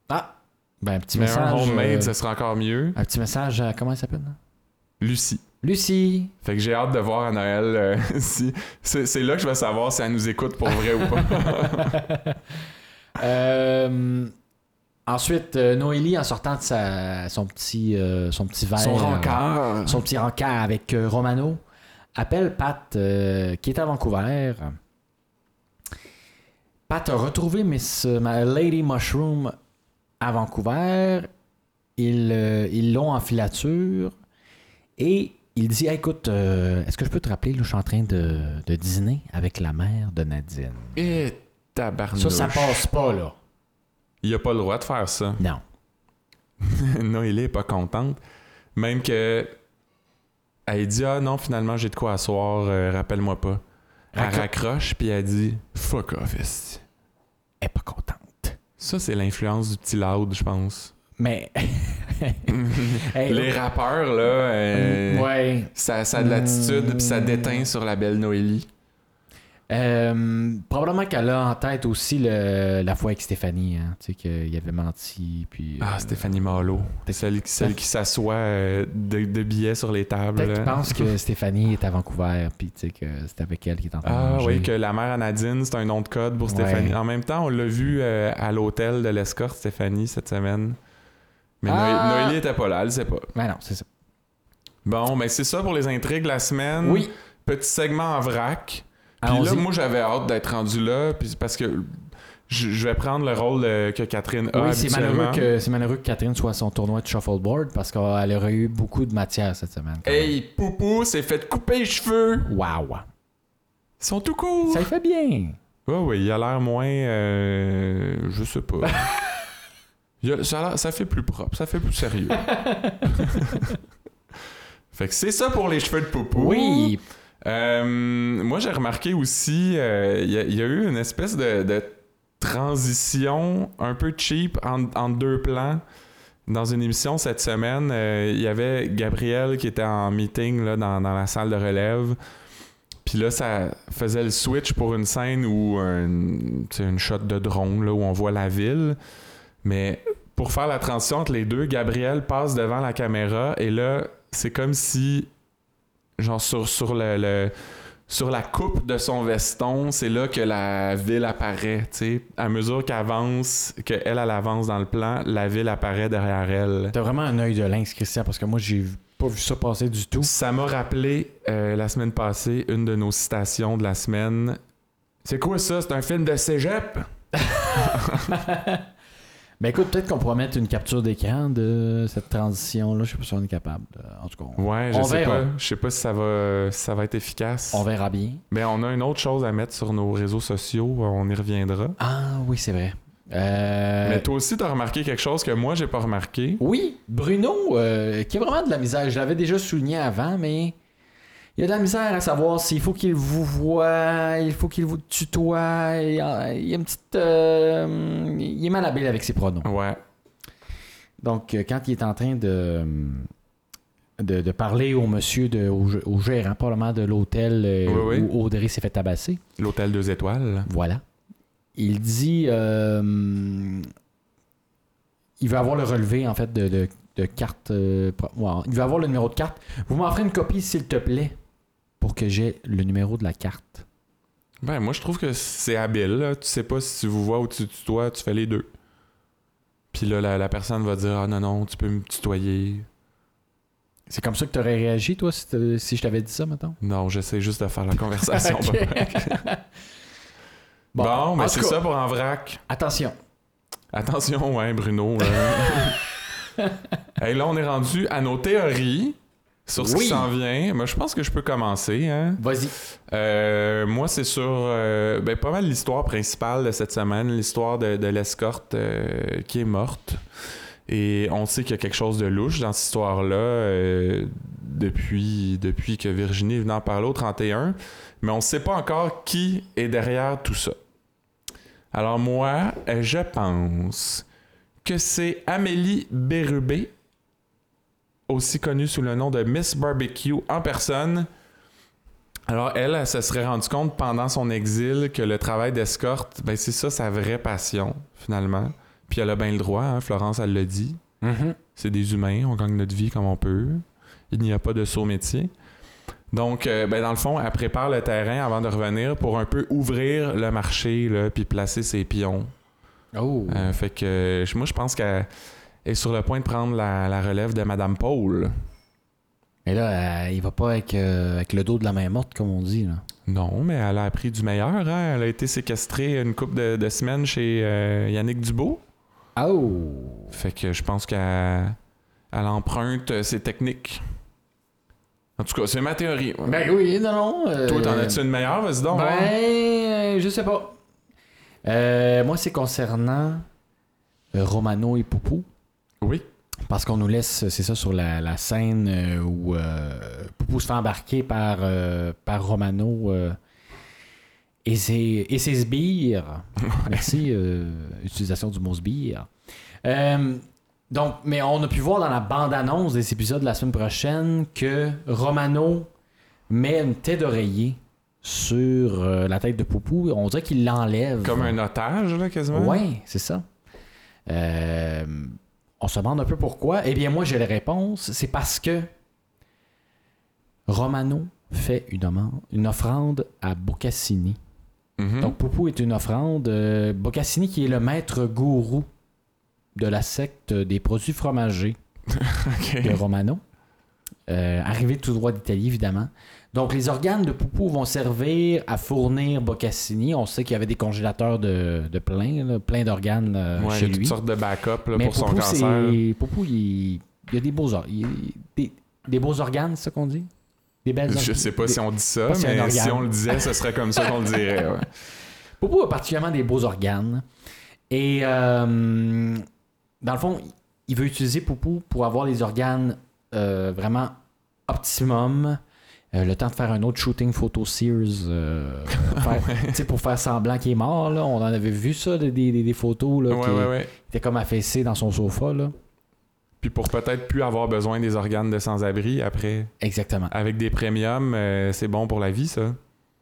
Speaker 2: Ah! Ben, un petit
Speaker 1: Mais un
Speaker 2: message.
Speaker 1: homemade,
Speaker 2: euh,
Speaker 1: ce serait encore mieux.
Speaker 2: un petit message, à- comment elle s'appelle? là?
Speaker 1: Lucie.
Speaker 2: Lucie!
Speaker 1: Fait que j'ai hâte de voir à Noël euh, si. C'est c'est là que je vais savoir si elle nous écoute pour vrai ou pas. Ah.
Speaker 2: Euh, ensuite, euh, Noélie, en sortant de sa, son, petit, euh, son petit verre.
Speaker 1: Son
Speaker 2: euh,
Speaker 1: rencard.
Speaker 2: son petit rencard avec euh, Romano, appelle Pat, euh, qui est à Vancouver. Pat a retrouvé Miss euh, ma- Lady Mushroom à Vancouver. Ils euh, ils l'ont en filature. Et il dit Hey, Écoute, euh, est-ce que je peux te rappeler, là, je suis en train de, de dîner avec la mère de Nadine.
Speaker 1: Et Eh, tabarnouche.
Speaker 2: Ça, ça passe pas, là.
Speaker 1: Il a pas le droit de faire ça.
Speaker 2: Non.
Speaker 1: Noélie est pas contente. Même que. Elle dit Ah non, finalement, j'ai de quoi asseoir, euh, rappelle-moi pas. Elle
Speaker 2: Raccro-
Speaker 1: raccroche, puis elle dit Fuck off, esti.
Speaker 2: Elle est pas contente.
Speaker 1: Ça, c'est l'influence du petit loud, je pense.
Speaker 2: Mais. Hey,
Speaker 1: Les rappeurs, là, euh,
Speaker 2: Eh, Ouais.
Speaker 1: ça, ça a de l'attitude,
Speaker 2: Mm.
Speaker 1: puis ça déteint sur la belle Noélie.
Speaker 2: Euh, probablement qu'elle a en tête aussi le- la fois avec Stéphanie, hein, tu sais, qu'il avait menti, puis...
Speaker 1: Ah,
Speaker 2: euh,
Speaker 1: Stéphanie Malo.
Speaker 2: t'es-
Speaker 1: Celle, qui- celle qui s'assoit euh, de, de billets sur les tables.
Speaker 2: Peut-être qu'il
Speaker 1: hein.
Speaker 2: pense que Stéphanie est à Vancouver, puis tu sais que c'est avec elle qui est en train de
Speaker 1: Ah
Speaker 2: manger.
Speaker 1: oui, que la mère à Nadine, c'est un nom de code pour Stéphanie.
Speaker 2: Euh, Ouais.
Speaker 1: En même temps, on l'a vu euh, à l'hôtel de l'escorte, Stéphanie, cette semaine. Mais Noé-
Speaker 2: Ah!
Speaker 1: Noélie était pas là, elle sait pas.
Speaker 2: Mais Ben non, c'est ça.
Speaker 1: Bon, ben c'est ça pour les intrigues la semaine.
Speaker 2: Oui,
Speaker 1: Petit segment en vrac. Puis Hum, là,
Speaker 2: allons-y.
Speaker 1: moi, j'avais hâte d'être rendu là, puis parce que je je vais prendre le rôle euh, que Catherine a
Speaker 2: Oui, c'est malheureux,
Speaker 1: habituellement.
Speaker 2: que, c'est malheureux que Catherine soit à son tournoi de shuffleboard, parce qu'elle aurait eu beaucoup de matière cette semaine. quand
Speaker 1: Hey, Poupou s'est fait couper les cheveux!
Speaker 2: même. Wow!
Speaker 1: Ils sont tout courts!
Speaker 2: Ça le fait bien!
Speaker 1: Oui, oui, il a l'air moins. euh, je sais pas. Il a- ça, a l'air- ça fait plus propre, ça fait plus sérieux. fait que c'est ça pour les cheveux de Poupou.
Speaker 2: Oui!
Speaker 1: Euh, moi, j'ai remarqué aussi, euh, il y, a- il y a eu une espèce de, de transition un peu cheap en, en deux plans. Dans une émission cette semaine, euh, il y avait Gabriel qui était en meeting là, dans, dans la salle de relève. Puis là, ça faisait le switch pour une scène où un- tu sais, une shot de drone là, où on voit la ville. Mais pour faire la transition entre les deux, Gabriel passe devant la caméra et là, c'est comme si genre sur, sur le, le- sur la coupe de son veston, c'est là que la ville apparaît, tu sais. À mesure qu'elle avance, qu'elle, elle avance dans le plan, la ville apparaît derrière elle.
Speaker 2: T'as vraiment un œil de lynx, Christian, parce que moi, j'ai pas vu ça passer du tout.
Speaker 1: Ça m'a rappelé euh, la semaine passée une de nos citations de la semaine. C'est quoi ça? C'est un film de cégep?
Speaker 2: Ben écoute, peut-être qu'on pourra mettre une capture d'écran de cette transition-là. Je sais pas si on est capable. euh, En tout cas, on,
Speaker 1: Ouais, je
Speaker 2: On
Speaker 1: sais
Speaker 2: verra.
Speaker 1: pas. Je sais pas si ça va, si ça va être efficace.
Speaker 2: on verra bien.
Speaker 1: Mais on a une autre chose à mettre sur nos réseaux sociaux. On y reviendra.
Speaker 2: Ah oui, c'est vrai. Euh,
Speaker 1: Mais toi aussi, t'as remarqué quelque chose que moi, j'ai pas remarqué.
Speaker 2: Oui, Bruno, euh, qui est vraiment de la misère. Je l'avais déjà souligné avant, mais il y a de la misère à savoir s'il faut qu'il vous voie, il faut qu'il vous tutoie. Il y a il y a une petite. euh, il est mal habile avec ses pronoms.
Speaker 1: Ouais.
Speaker 2: Donc, euh, quand il est en train de, euh, de, de parler au monsieur, de, au, au gérant, probablement de l'hôtel euh,
Speaker 1: Oui, oui.
Speaker 2: où Audrey s'est fait tabasser,
Speaker 1: L'hôtel deux étoiles.
Speaker 2: voilà. Il dit. euh, il veut avoir le relevé, en fait, de, de, de carte. euh, pro- ouais, il veut avoir le numéro de carte. Vous m'en ferez une copie, s'il te plaît, pour que j'ai le numéro de la carte.
Speaker 1: Ben, moi, je trouve que c'est habile. là. Tu sais pas si tu vous vois ou tu tutoies, tu fais les deux. Puis là, la, la personne va dire Ah non, non, tu peux me tutoyer.
Speaker 2: C'est comme ça que tu aurais réagi, toi, si, t'avais- si je t'avais dit ça, mettons?
Speaker 1: Non, j'essaie juste de faire la conversation.
Speaker 2: Ok.
Speaker 1: papa. Bon,
Speaker 2: en
Speaker 1: mais
Speaker 2: tout
Speaker 1: c'est
Speaker 2: cas,
Speaker 1: ça pour en vrac.
Speaker 2: Attention.
Speaker 1: Attention, ouais, Bruno. euh. hey, là, on est rendu à nos théories sur ce
Speaker 2: Oui.
Speaker 1: qui s'en vient. Moi, je pense que je peux commencer. Hein?
Speaker 2: Vas-y.
Speaker 1: Euh, moi, c'est sur euh, ben, pas mal l'histoire principale de cette semaine, l'histoire de, de l'escorte euh, qui est morte. Et on sait qu'il y a quelque chose de louche dans cette histoire-là euh, depuis, depuis que Virginie est venue en parler au 31, mais on ne sait pas encore qui est derrière tout ça. Alors moi, euh, je pense que c'est Amélie Bérubé, aussi connue sous le nom de Miss Barbecue en personne, alors, elle, elle se serait rendue compte pendant son exil que le travail d'escorte, ben, c'est ça sa vraie passion, finalement. Puis elle a bien le droit, hein, Florence, elle le dit. C'est des humains, on gagne notre vie comme on peut. Il n'y a pas de saut métier. Donc, euh, ben, dans le fond, elle prépare le terrain avant de revenir pour un peu ouvrir le marché, là, puis placer ses pions.
Speaker 2: Oh.
Speaker 1: Euh, fait que euh, moi, je pense qu'elle est sur le point de prendre la, la relève de Madame Paul.
Speaker 2: Mais là, euh, il va pas avec, euh, avec le dos de la main morte, comme on dit. Là.
Speaker 1: Non, mais elle a appris du meilleur. hein. Elle a été séquestrée une couple de, de semaines chez euh, Yannick Dubo.
Speaker 2: Oh!
Speaker 1: Fait que je pense qu'elle elle emprunte euh, ses techniques. En tout cas, c'est ma théorie.
Speaker 2: Ben oui, non, non. euh,
Speaker 1: Toi, t'en as-tu une meilleure? Vas-y donc.
Speaker 2: Ben,
Speaker 1: hein.
Speaker 2: euh, je sais pas. Euh, moi, c'est concernant euh, Romano et Poupou.
Speaker 1: Oui.
Speaker 2: Parce qu'on nous laisse, c'est ça, sur la, la scène euh, où euh, Poupou se fait embarquer par, euh, par Romano euh, et, ses, et ses sbires. Merci, euh, utilisation du mot sbire. Euh, donc, mais on a pu voir dans la bande-annonce des épisodes de la semaine prochaine que Romano met une tête d'oreiller sur euh, la tête de Poupou. On dirait qu'il l'enlève.
Speaker 1: Comme un otage, là, quasiment.
Speaker 2: Ouais, c'est ça. Euh, on se demande un peu pourquoi. Eh bien, moi, j'ai la réponse. C'est parce que Romano fait une, oman- une offrande à Boccassini.
Speaker 1: Mhm.
Speaker 2: Donc, Poupou est une offrande. euh, Boccassini, qui est le maître gourou de la secte des produits fromagers
Speaker 1: Ok.
Speaker 2: de Romano. Euh, arrivé tout droit d'Italie, évidemment. Donc, les organes de Poupou vont servir à fournir Boccassini. On sait qu'il y avait des congélateurs de, de plein, là, plein d'organes euh,
Speaker 1: Ouais, il y
Speaker 2: chez
Speaker 1: a toutes
Speaker 2: lui.
Speaker 1: sortes de backup là,
Speaker 2: Mais
Speaker 1: pour son
Speaker 2: Poupou,
Speaker 1: cancer.
Speaker 2: c'est- Poupou, il... il y a des beaux, or- il- des... des beaux organes, c'est ça qu'on dit? Des belles
Speaker 1: Je sais pas
Speaker 2: des-
Speaker 1: si on dit ça,
Speaker 2: pas si un
Speaker 1: mais
Speaker 2: organe.
Speaker 1: si on le disait, ce serait comme ça qu'on le dirait. ouais.
Speaker 2: Popo a particulièrement des beaux organes. Et euh, dans le fond, il veut utiliser Poupou pour avoir les organes euh, vraiment optimum. Euh, le temps de faire un autre shooting photo Sears euh, faire- tu sais, pour faire semblant qu'il est mort. là. On en avait vu ça, des, des- des photos là, qui
Speaker 1: Ouais, ouais, ouais.
Speaker 2: était comme affaissé dans son sofa. Là.
Speaker 1: Puis pour peut-être plus avoir besoin des organes de sans-abri après.
Speaker 2: Exactement.
Speaker 1: Avec des premiums, euh, c'est bon pour la vie, ça.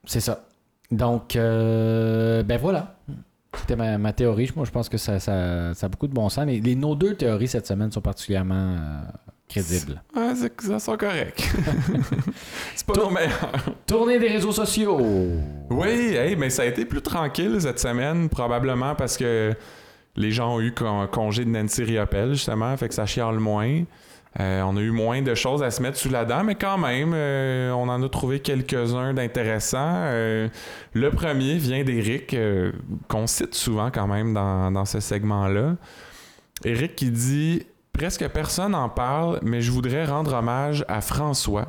Speaker 2: C'est ça. Donc, euh, ben voilà. C'était ma, ma théorie. Moi, je pense que ça, ça- ça a beaucoup de bon sens. Mais les, nos deux théories cette semaine sont particulièrement euh, crédibles.
Speaker 1: Ouais, c'est- ça sent correct. c'est pas
Speaker 2: Toi-
Speaker 1: nos meilleurs.
Speaker 2: Tournée des réseaux sociaux.
Speaker 1: Oui, hey, mais ça a été plus tranquille cette semaine, probablement parce que les gens ont eu con- congé de Nancy Riopelle, justement, fait que ça chiale moins. Euh, on a eu moins de choses à se mettre sous la dent, mais quand même, euh, on en a trouvé quelques-uns d'intéressants. Euh, le premier vient d'Éric, euh, qu'on cite souvent quand même dans, dans ce segment-là. Eric qui dit Presque personne en parle, mais je voudrais rendre hommage à François,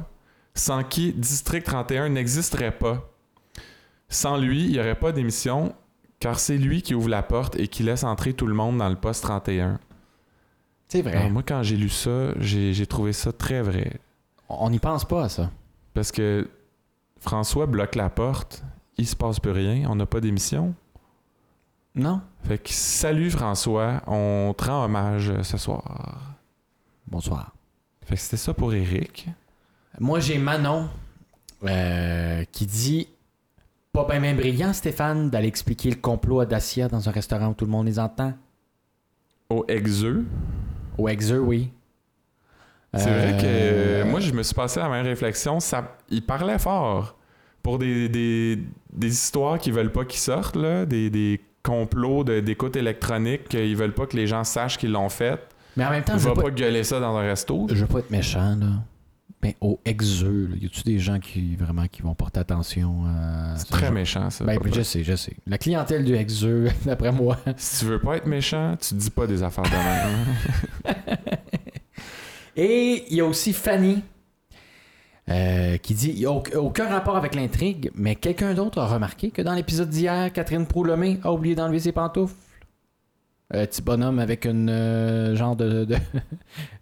Speaker 1: sans qui District 31 n'existerait pas. Sans lui, il n'y aurait pas d'émission, car c'est lui qui ouvre la porte et qui laisse entrer tout le monde dans le poste 31.
Speaker 2: C'est vrai.
Speaker 1: Alors, moi, quand j'ai lu ça, j'ai j'ai trouvé ça très vrai.
Speaker 2: On n'y pense pas à ça.
Speaker 1: Parce que François bloque la porte, il se passe plus rien, on n'a pas d'émission.
Speaker 2: Non?
Speaker 1: Fait que salut François, on te rend hommage euh, ce soir.
Speaker 2: Bonsoir.
Speaker 1: Fait que c'était ça pour Eric.
Speaker 2: Moi, j'ai Manon euh, qui dit Pas bien ben brillant, Stéphane, d'aller expliquer le complot à Dacia dans un restaurant où tout le monde les entend.
Speaker 1: Au Exeux.
Speaker 2: Au Exer, oui.
Speaker 1: C'est
Speaker 2: Euh,
Speaker 1: vrai que euh, moi, je me suis passé la même réflexion. Ça, il parlait fort pour des, des, des histoires qu'ils veulent pas qu'ils sortent, là, des, des complots de- d'écoute électronique qu'ils veulent pas que les gens sachent qu'ils l'ont fait.
Speaker 2: Mais en même temps,
Speaker 1: On
Speaker 2: je
Speaker 1: va
Speaker 2: veux, pas,
Speaker 1: pas... gueuler ça dans un resto.
Speaker 2: je veux pas être méchant, là. Mais au Exer, y a-tu des gens qui vraiment qui vont porter attention à.
Speaker 1: C'est
Speaker 2: ce
Speaker 1: très
Speaker 2: genre-
Speaker 1: méchant, ça.
Speaker 2: Ben,
Speaker 1: papa.
Speaker 2: je sais, je sais. La clientèle du Exer, d'après moi.
Speaker 1: Si tu veux pas être méchant, tu dis pas des affaires de même.
Speaker 2: Et il y a aussi Fanny euh, qui dit il y a au- aucun rapport avec l'intrigue, mais quelqu'un d'autre a remarqué que dans l'épisode d'hier, Catherine Proulomé a oublié d'enlever ses pantoufles. Un petit bonhomme avec une euh, genre de, de,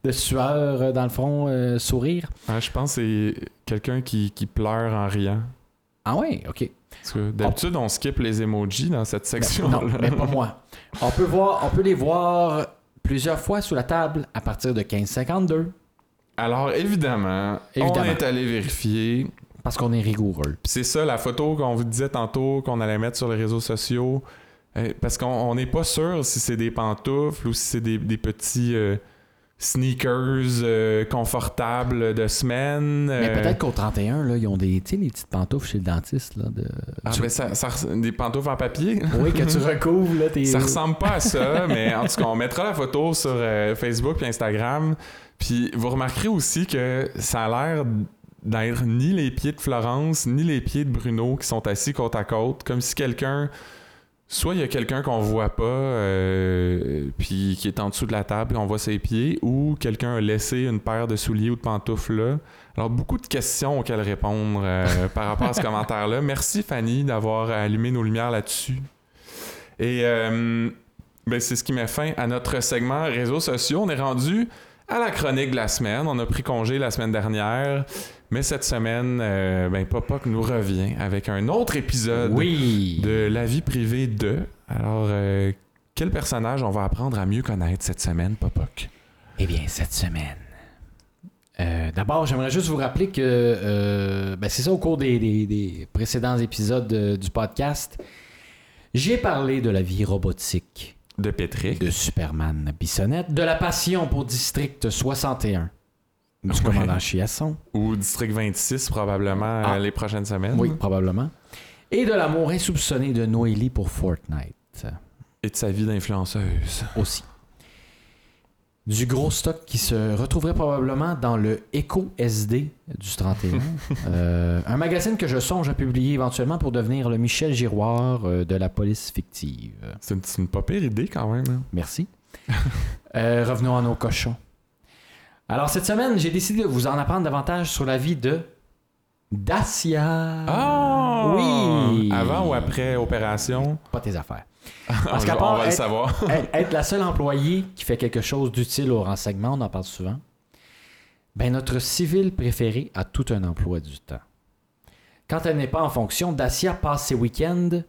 Speaker 2: de sueur euh, dans le front, euh, sourire.
Speaker 1: Ah, je pense que c'est quelqu'un qui, qui pleure en riant.
Speaker 2: Ah ouais, ok.
Speaker 1: Parce que d'habitude, on skip les emojis dans cette
Speaker 2: Oh. Ben, Non,
Speaker 1: section-là.
Speaker 2: mais pas moi. On peut, voir, on peut les voir plusieurs fois sous la table à partir de 1552
Speaker 1: Alors, évidemment, on
Speaker 2: Évidemment.
Speaker 1: est allé vérifier. Puis
Speaker 2: parce qu'on est rigoureux.
Speaker 1: c'est ça, la photo qu'on vous disait tantôt qu'on allait mettre sur les réseaux sociaux. Euh, Parce qu'on on n'est pas sûr si c'est des pantoufles ou si c'est des, des petits euh, sneakers euh, confortables de semaine.
Speaker 2: Mais
Speaker 1: euh,
Speaker 2: peut-être qu'au 31, là, ils ont des, tu sais, les petites pantoufles chez le dentiste. Là, de...
Speaker 1: ah,
Speaker 2: Tu-
Speaker 1: ben, ça- ça res- des pantoufles en papier.
Speaker 2: Oui, que tu recouvres, là, tes...
Speaker 1: Ça ressemble pas à ça, mais en tout cas, on mettra la photo sur euh, Facebook et Instagram. Puis vous remarquerez aussi que ça a l'air d'être ni les pieds de Florence, ni les pieds de Bruno qui sont assis côte à côte, comme si quelqu'un. Soit il y a quelqu'un qu'on voit pas, euh, puis qui est en dessous de la table, et on voit ses pieds, ou quelqu'un a laissé une paire de souliers ou de pantoufles là. Alors, beaucoup de questions auxquelles répondre euh, par rapport à ce commentaire-là. Merci, Fanny, d'avoir allumé nos lumières là-dessus. Et euh, ben, c'est ce qui met fin à notre segment réseaux sociaux. On est rendu à la chronique de la semaine. On a pris congé la semaine dernière, mais cette semaine, euh, ben, Popoc nous revient avec un autre épisode
Speaker 2: Oui.
Speaker 1: euh, de La vie privée de. Alors, euh, quel personnage on va apprendre à mieux connaître cette semaine, Popoc?
Speaker 2: Eh bien, cette semaine. euh, D'abord, j'aimerais juste vous rappeler que euh, ben, c'est ça au cours des, des- des précédents épisodes de- du podcast. J'ai parlé de la vie robotique,
Speaker 1: De Pétric.
Speaker 2: de Superman Bissonnette, de la passion pour District 61, du
Speaker 1: Ouais.
Speaker 2: commandant Chiasson,
Speaker 1: Ou District 26, probablement,
Speaker 2: Ah.
Speaker 1: euh, les prochaines semaines.
Speaker 2: oui, probablement, et de l'amour insoupçonné de Noélie pour Fortnite.
Speaker 1: Et de sa vie d'influenceuse.
Speaker 2: aussi. Du gros stock qui se retrouverait probablement dans le Eco SD du 31. Euh, un magazine que je songe à publier éventuellement pour devenir le Michel Giroir euh, de la police fictive.
Speaker 1: C'est une, c'est une pas pire idée quand même. hein.
Speaker 2: Merci. Euh, revenons à nos cochons. Alors, cette semaine, j'ai décidé de vous en apprendre davantage sur la vie de Dacia.
Speaker 1: Ah!
Speaker 2: Oui!
Speaker 1: Avant ou après opération?
Speaker 2: Pas tes affaires.
Speaker 1: Parce
Speaker 2: qu'à
Speaker 1: on,
Speaker 2: part
Speaker 1: va le
Speaker 2: être-
Speaker 1: savoir.
Speaker 2: Être- être la seule employée qui fait quelque chose d'utile au renseignement, on en parle souvent. Ben, notre civil préféré a tout un emploi du temps. Quand elle n'est pas en fonction, Dacia passe ses week-ends,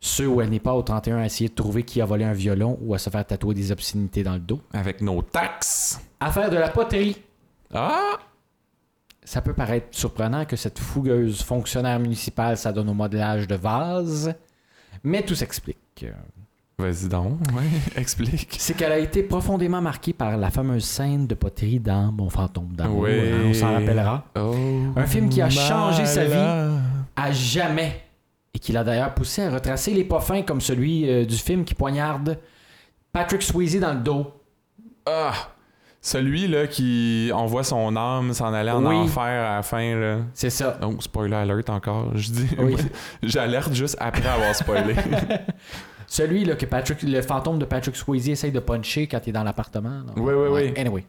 Speaker 2: ceux où elle n'est pas au 31 à essayer de trouver qui a volé un violon ou à se faire tatouer des obscénités dans le dos,
Speaker 1: Avec nos taxes.
Speaker 2: à faire de la poterie.
Speaker 1: Ah!
Speaker 2: Ça peut paraître surprenant que cette fougueuse fonctionnaire municipale s'adonne au modelage de vase, mais tout s'explique.
Speaker 1: Vas-y donc, ouais, explique.
Speaker 2: C'est qu'elle a été profondément marquée par la fameuse scène de poterie dans Mon fantôme d'amour.
Speaker 1: Oui.
Speaker 2: hein, on s'en rappellera. Un film qui a changé sa vie. À jamais. Et qui l'a d'ailleurs poussé à retracer les pas fins comme celui euh, du film qui poignarde Patrick Swayze dans le dos.
Speaker 1: Ah! Celui là qui envoie son âme s'en aller en
Speaker 2: Oui.
Speaker 1: enfer à la fin là. Oh,
Speaker 2: C'est ça.
Speaker 1: Donc spoiler alert encore, je dis.
Speaker 2: Oui.
Speaker 1: J'alerte juste après avoir spoilé.
Speaker 2: Celui là, que Patrick, le fantôme de Patrick Swayze essaye de puncher quand il est dans l'appartement. là.
Speaker 1: Oui, oui,
Speaker 2: Ouais.
Speaker 1: oui.
Speaker 2: Anyway.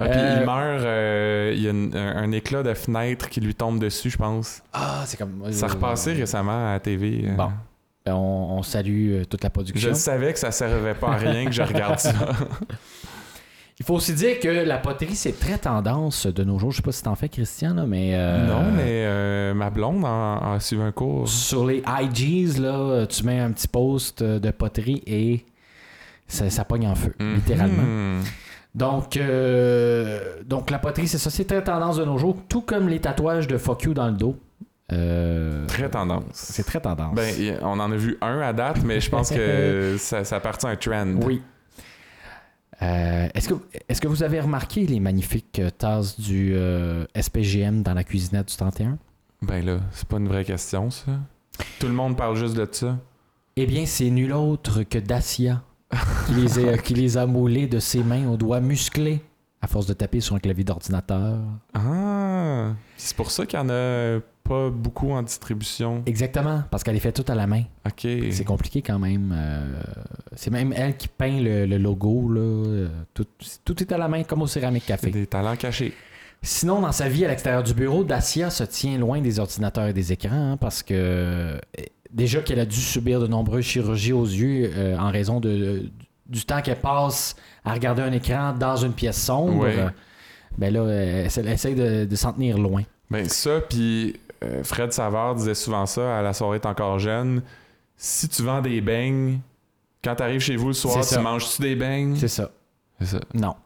Speaker 1: Ah, puis
Speaker 2: Euh,
Speaker 1: il meurt, euh, il y a une- un, un éclat de fenêtre qui lui tombe dessus, je pense.
Speaker 2: Ah, c'est comme.
Speaker 1: Ça repassait récemment à la TV. euh.
Speaker 2: Euh, Bon. Ben, on, on salue euh, toute la
Speaker 1: Je
Speaker 2: production.
Speaker 1: le savais que ça servait pas à rien que je regarde ça.
Speaker 2: Il faut aussi dire que la poterie, c'est très tendance de nos jours. Je sais pas si t'en fais, Christian, là, mais. euh,
Speaker 1: Non, mais euh, ma blonde a, a suivi un cours.
Speaker 2: Sur les IGs, là, tu mets un petit post euh, de poterie et ça, ça pogne en feu, littéralement.
Speaker 1: Mhm.
Speaker 2: Donc, euh, donc la poterie, c'est ça. C'est très tendance de nos jours, tout comme les tatouages de fuck you dans le dos. Euh,
Speaker 1: Très tendance.
Speaker 2: C'est très tendance.
Speaker 1: Ben, y- on en a vu un à date, mais je pense que ça, ça appartient à un trend.
Speaker 2: oui. Euh, est-ce, que, est-ce que vous avez remarqué les magnifiques euh, tasses du euh, SPGM dans la cuisinette du 31?
Speaker 1: Ben là, c'est pas une vraie question, ça. Tout le monde parle juste de ça.
Speaker 2: Eh bien, c'est nul autre que Dacia qui les, a, qui les a moulés de ses mains aux doigts musclés à force de taper sur un clavier d'ordinateur.
Speaker 1: Ah! C'est pour ça qu'il y en a pas beaucoup en distribution.
Speaker 2: Exactement, parce qu'elle les fait toutes à la main.
Speaker 1: OK.
Speaker 2: C'est compliqué quand même. euh, c'est même elle qui peint le, le logo. Là. euh, Tout, tout est à la main, comme au Céramique Café.
Speaker 1: Des talents cachés.
Speaker 2: Sinon, dans sa vie à l'extérieur du bureau, Dacia se tient loin des ordinateurs et des écrans hein, parce que euh, déjà qu'elle a dû subir de nombreuses chirurgies aux yeux euh, en raison de, du temps qu'elle passe à regarder un écran dans une pièce sombre.
Speaker 1: Ouais.
Speaker 2: euh, Ben là, elle, essa- elle essaie de, de s'en tenir loin.
Speaker 1: Ben ça, puis euh, Fred Savard disait souvent ça à la soirée T'es encore jeune. Si tu vends des beignes, quand t'arrives chez vous le soir,
Speaker 2: C'est
Speaker 1: tu
Speaker 2: ça.
Speaker 1: manges-tu des beignes?
Speaker 2: C'est ça.
Speaker 1: C'est ça.
Speaker 2: Non.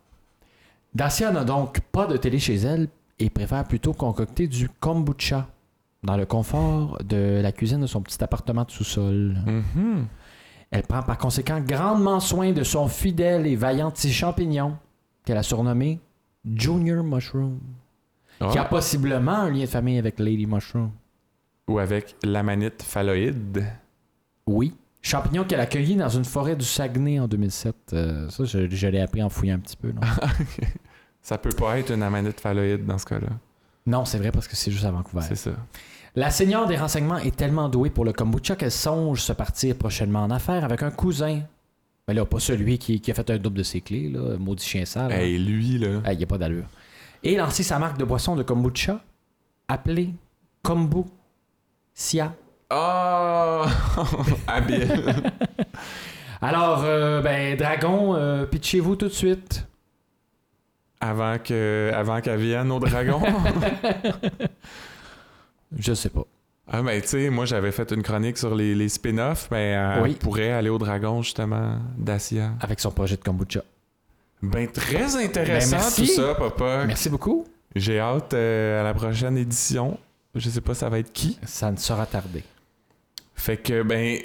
Speaker 2: Dacia n'a donc pas de télé chez elle et préfère plutôt concocter du kombucha dans le confort de la cuisine de son petit appartement de sous-sol.
Speaker 1: Mhm.
Speaker 2: Elle prend par conséquent grandement soin de son fidèle et vaillant petit champignon qu'elle a surnommé Junior Mushroom, qui a
Speaker 1: Ah.
Speaker 2: possiblement un lien de famille avec Lady Mushroom.
Speaker 1: Ou avec l'amanite phalloïde.
Speaker 2: Oui. Champignon qu'elle a cueilli dans une forêt du Saguenay en 2007. Euh, ça, je, je l'ai appris en fouillant un petit peu. là.
Speaker 1: Ça peut pas être une amanite phalloïde dans ce cas-là.
Speaker 2: non, c'est vrai parce que c'est juste à Vancouver.
Speaker 1: C'est ça.
Speaker 2: La seigneur des renseignements est tellement douée pour le kombucha qu'elle songe se partir prochainement en affaires avec un cousin. Mais là, pas celui qui, qui a fait un double de ses clés, là, maudit chien sale. hein.
Speaker 1: Hey, lui, là.
Speaker 2: Ah, Il n'y a pas d'allure. Et lancer sa marque de boisson de kombucha, appelée Kombu Sia.
Speaker 1: Ah! Habile.
Speaker 2: Alors, euh, ben, Dragon, euh, pitchez-vous tout de suite.
Speaker 1: avant que avant qu'elle vienne au dragon.
Speaker 2: Je sais pas.
Speaker 1: ah ben tu sais, moi j'avais fait une chronique sur les, les spin-offs, mais elle
Speaker 2: Oui.
Speaker 1: pourrait aller au dragon justement Dacia.
Speaker 2: Avec son projet de kombucha.
Speaker 1: Ben très intéressant
Speaker 2: Ben, merci.
Speaker 1: tout ça, papa.
Speaker 2: Merci beaucoup.
Speaker 1: J'ai hâte euh, à la prochaine édition. Je sais pas ça va être qui.
Speaker 2: Ça ne sera tardé.
Speaker 1: Fait que, ben,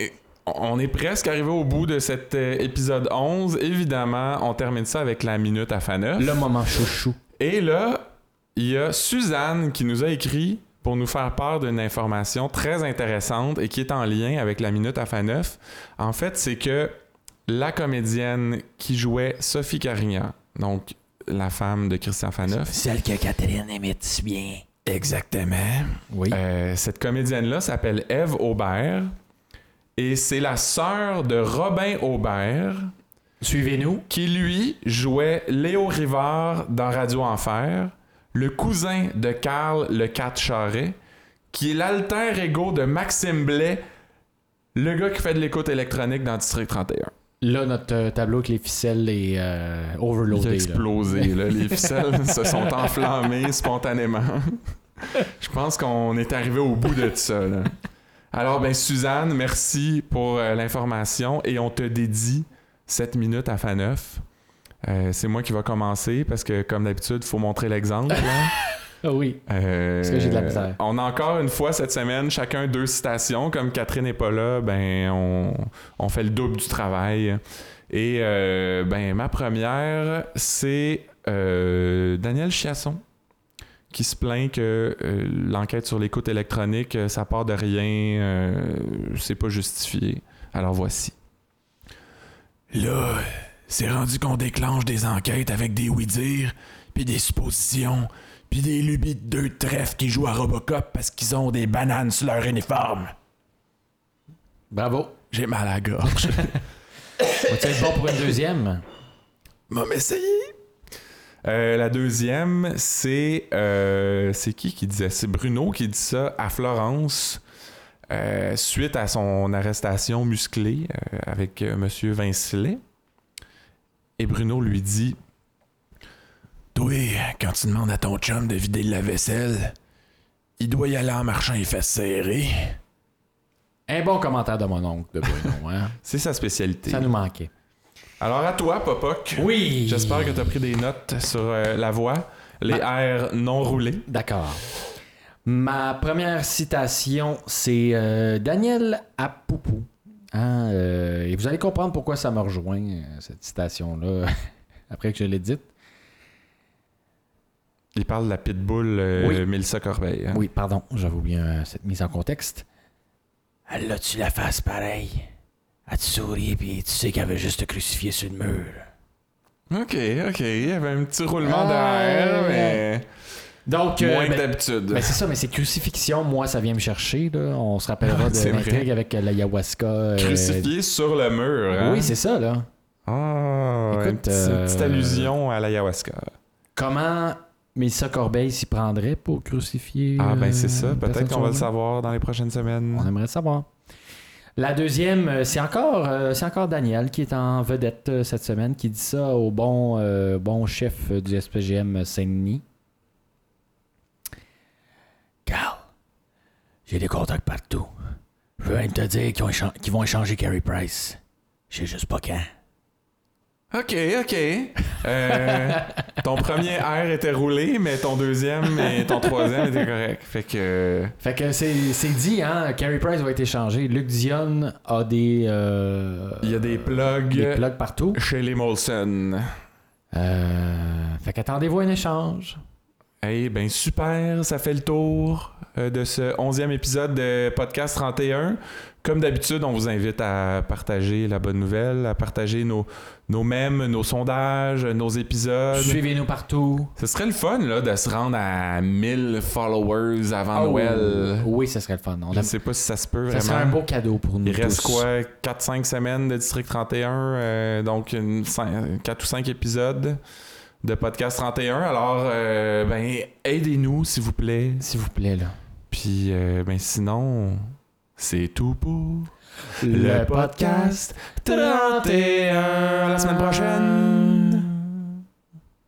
Speaker 1: on est presque arrivé au bout de cet euh, épisode 11. Évidemment, on termine ça avec la minute à Faneuf.
Speaker 2: Le moment chouchou.
Speaker 1: Et là, il y a Suzanne qui nous a écrit pour nous faire part d'une information très intéressante et qui est en lien avec la minute à Faneuf. En fait, c'est que la comédienne qui jouait Sophie Carignan, donc la femme de Christian Faneuf.
Speaker 2: Celle que Catherine aimait si bien.
Speaker 1: Exactement.
Speaker 2: Oui.
Speaker 1: Euh, cette comédienne-là s'appelle Eve Aubert et c'est la sœur de Robin Aubert
Speaker 2: Suivez-nous.
Speaker 1: qui, lui, jouait Léo Rivard dans Radio Enfer, le cousin de Carl le Cat Charret, qui est l'alter ego de Maxime Blais, le gars qui fait de l'écoute électronique dans District 31.
Speaker 2: Là, notre euh, tableau avec les ficelles est euh,
Speaker 1: Il a
Speaker 2: overloadé. là.
Speaker 1: explosé, là. les ficelles se sont enflammées spontanément. Je pense qu'on est arrivé au bout de ça. là. Alors, ben Suzanne, merci pour euh, l'information et on te dédie 7 minutes à Faneuf. Euh, c'est moi qui va commencer parce que, comme d'habitude, il faut montrer l'exemple. hein.
Speaker 2: Ah oui.
Speaker 1: Euh,
Speaker 2: Parce que j'ai de la misère.
Speaker 1: On a encore une fois cette semaine chacun deux citations. Comme Catherine n'est pas là, ben on, on fait le double du travail. Et euh, ben ma première, c'est euh, Daniel Chiasson qui se plaint que euh, l'enquête sur l'écoute électronique, euh, ça part de rien, euh, c'est pas justifié. Alors voici. Là, c'est rendu qu'on déclenche des enquêtes avec des oui-dire, puis des suppositions, puis des lubies de deux trèfles qui jouent à Robocop parce qu'ils ont des bananes sur leur uniforme.
Speaker 2: Bravo.
Speaker 1: J'ai mal à la gorge.
Speaker 2: Va-tu être bon pour une deuxième?
Speaker 1: M'a essayé. Euh, la deuxième, c'est euh, c'est qui qui disait C'est Bruno qui dit ça à Florence euh, suite à son arrestation musclée euh, avec euh, Monsieur Vincilet. Et Bruno lui dit Toi, quand tu demandes à ton chum de vider la vaisselle, il doit y aller en marchant les fesses serrées.
Speaker 2: Un bon commentaire de mon oncle de Bruno, hein?
Speaker 1: C'est sa spécialité.
Speaker 2: Ça nous manquait.
Speaker 1: Alors à toi, Popoc.
Speaker 2: Oui!
Speaker 1: J'espère que tu as pris des notes sur euh, la voix, les
Speaker 2: Bah.
Speaker 1: airs non roulés.
Speaker 2: D'accord. Ma première citation, c'est euh, Daniel Apoupou. Hein, euh, et vous allez comprendre pourquoi ça me rejoint, euh, cette citation-là, après que je l'ai dite.
Speaker 1: Il parle de la pitbull euh,
Speaker 2: Oui.
Speaker 1: Mélissa Corbeil. hein.
Speaker 2: Oui, pardon, j'avoue bien euh, cette mise en contexte. Elle a-tu la face pareille? Elle te sourit, puis tu sais qu'elle avait juste te crucifier sur le mur.
Speaker 1: Ok, ok. Il y avait un petit roulement d'air,
Speaker 2: Ah,
Speaker 1: mais
Speaker 2: Donc, euh,
Speaker 1: moins que
Speaker 2: ben-
Speaker 1: d'habitude.
Speaker 2: ben, c'est ça, mais c'est crucifixion, moi, ça vient me chercher. là. On se rappellera de
Speaker 1: C'est vrai.
Speaker 2: l'intrigue avec euh, l'ayahuasca. euh,
Speaker 1: Crucifié sur le mur. hein.
Speaker 2: Oui, c'est ça, là.
Speaker 1: Ah,
Speaker 2: Écoute,
Speaker 1: une petite,
Speaker 2: euh,
Speaker 1: petite allusion à l'ayahuasca.
Speaker 2: Comment Mélissa Corbeil s'y prendrait pour crucifier
Speaker 1: Ah,
Speaker 2: euh,
Speaker 1: ben c'est ça.
Speaker 2: une personne
Speaker 1: Peut-être qu'on
Speaker 2: sur
Speaker 1: va le
Speaker 2: rue?
Speaker 1: savoir dans les prochaines semaines.
Speaker 2: On aimerait le savoir. La deuxième, euh, c'est encore, euh, c'est encore Daniel qui est en vedette euh, cette semaine, qui dit ça au bon, euh, bon chef euh, du SPGM Saint-Denis. Carl, j'ai des contacts partout. Je veux même te dire qu'ils, ont échan- qu'ils vont échanger Carey Price. Je sais juste pas quand.
Speaker 1: Ok, ok. Euh, ton premier air était roulé, mais ton deuxième et ton troisième étaient corrects. Fait que. euh,
Speaker 2: Fait que c'est, c'est dit, hein, Carey Price va être échangé. Luc Dion a des, euh,
Speaker 1: Il y a des plugs,
Speaker 2: des plugs partout.
Speaker 1: chez les Molson.
Speaker 2: Euh, fait qu'attendez-vous à un échange.
Speaker 1: Eh ben super, ça fait le tour euh, de ce 11e épisode de Podcast 31. Comme d'habitude, on vous invite à partager la bonne nouvelle, à partager nos, nos mèmes, nos sondages, nos épisodes.
Speaker 2: Suivez-nous partout.
Speaker 1: Ce serait le fun là, de se rendre à 1000 followers avant Noël.
Speaker 2: Oh, Oui, ça serait le fun. On
Speaker 1: Je
Speaker 2: aime-
Speaker 1: ne sais pas si ça se peut
Speaker 2: Ça
Speaker 1: vraiment.
Speaker 2: serait un beau cadeau pour nous
Speaker 1: Il reste
Speaker 2: tous.
Speaker 1: quoi 4-5 semaines de District 31, euh, donc une, 4 ou 5 épisodes de Podcast 31. Alors, euh, ben, aidez-nous, s'il vous plaît.
Speaker 2: S'il vous plaît, là.
Speaker 1: Puis, euh, ben, sinon, c'est tout pour
Speaker 2: Le
Speaker 1: À la semaine prochaine.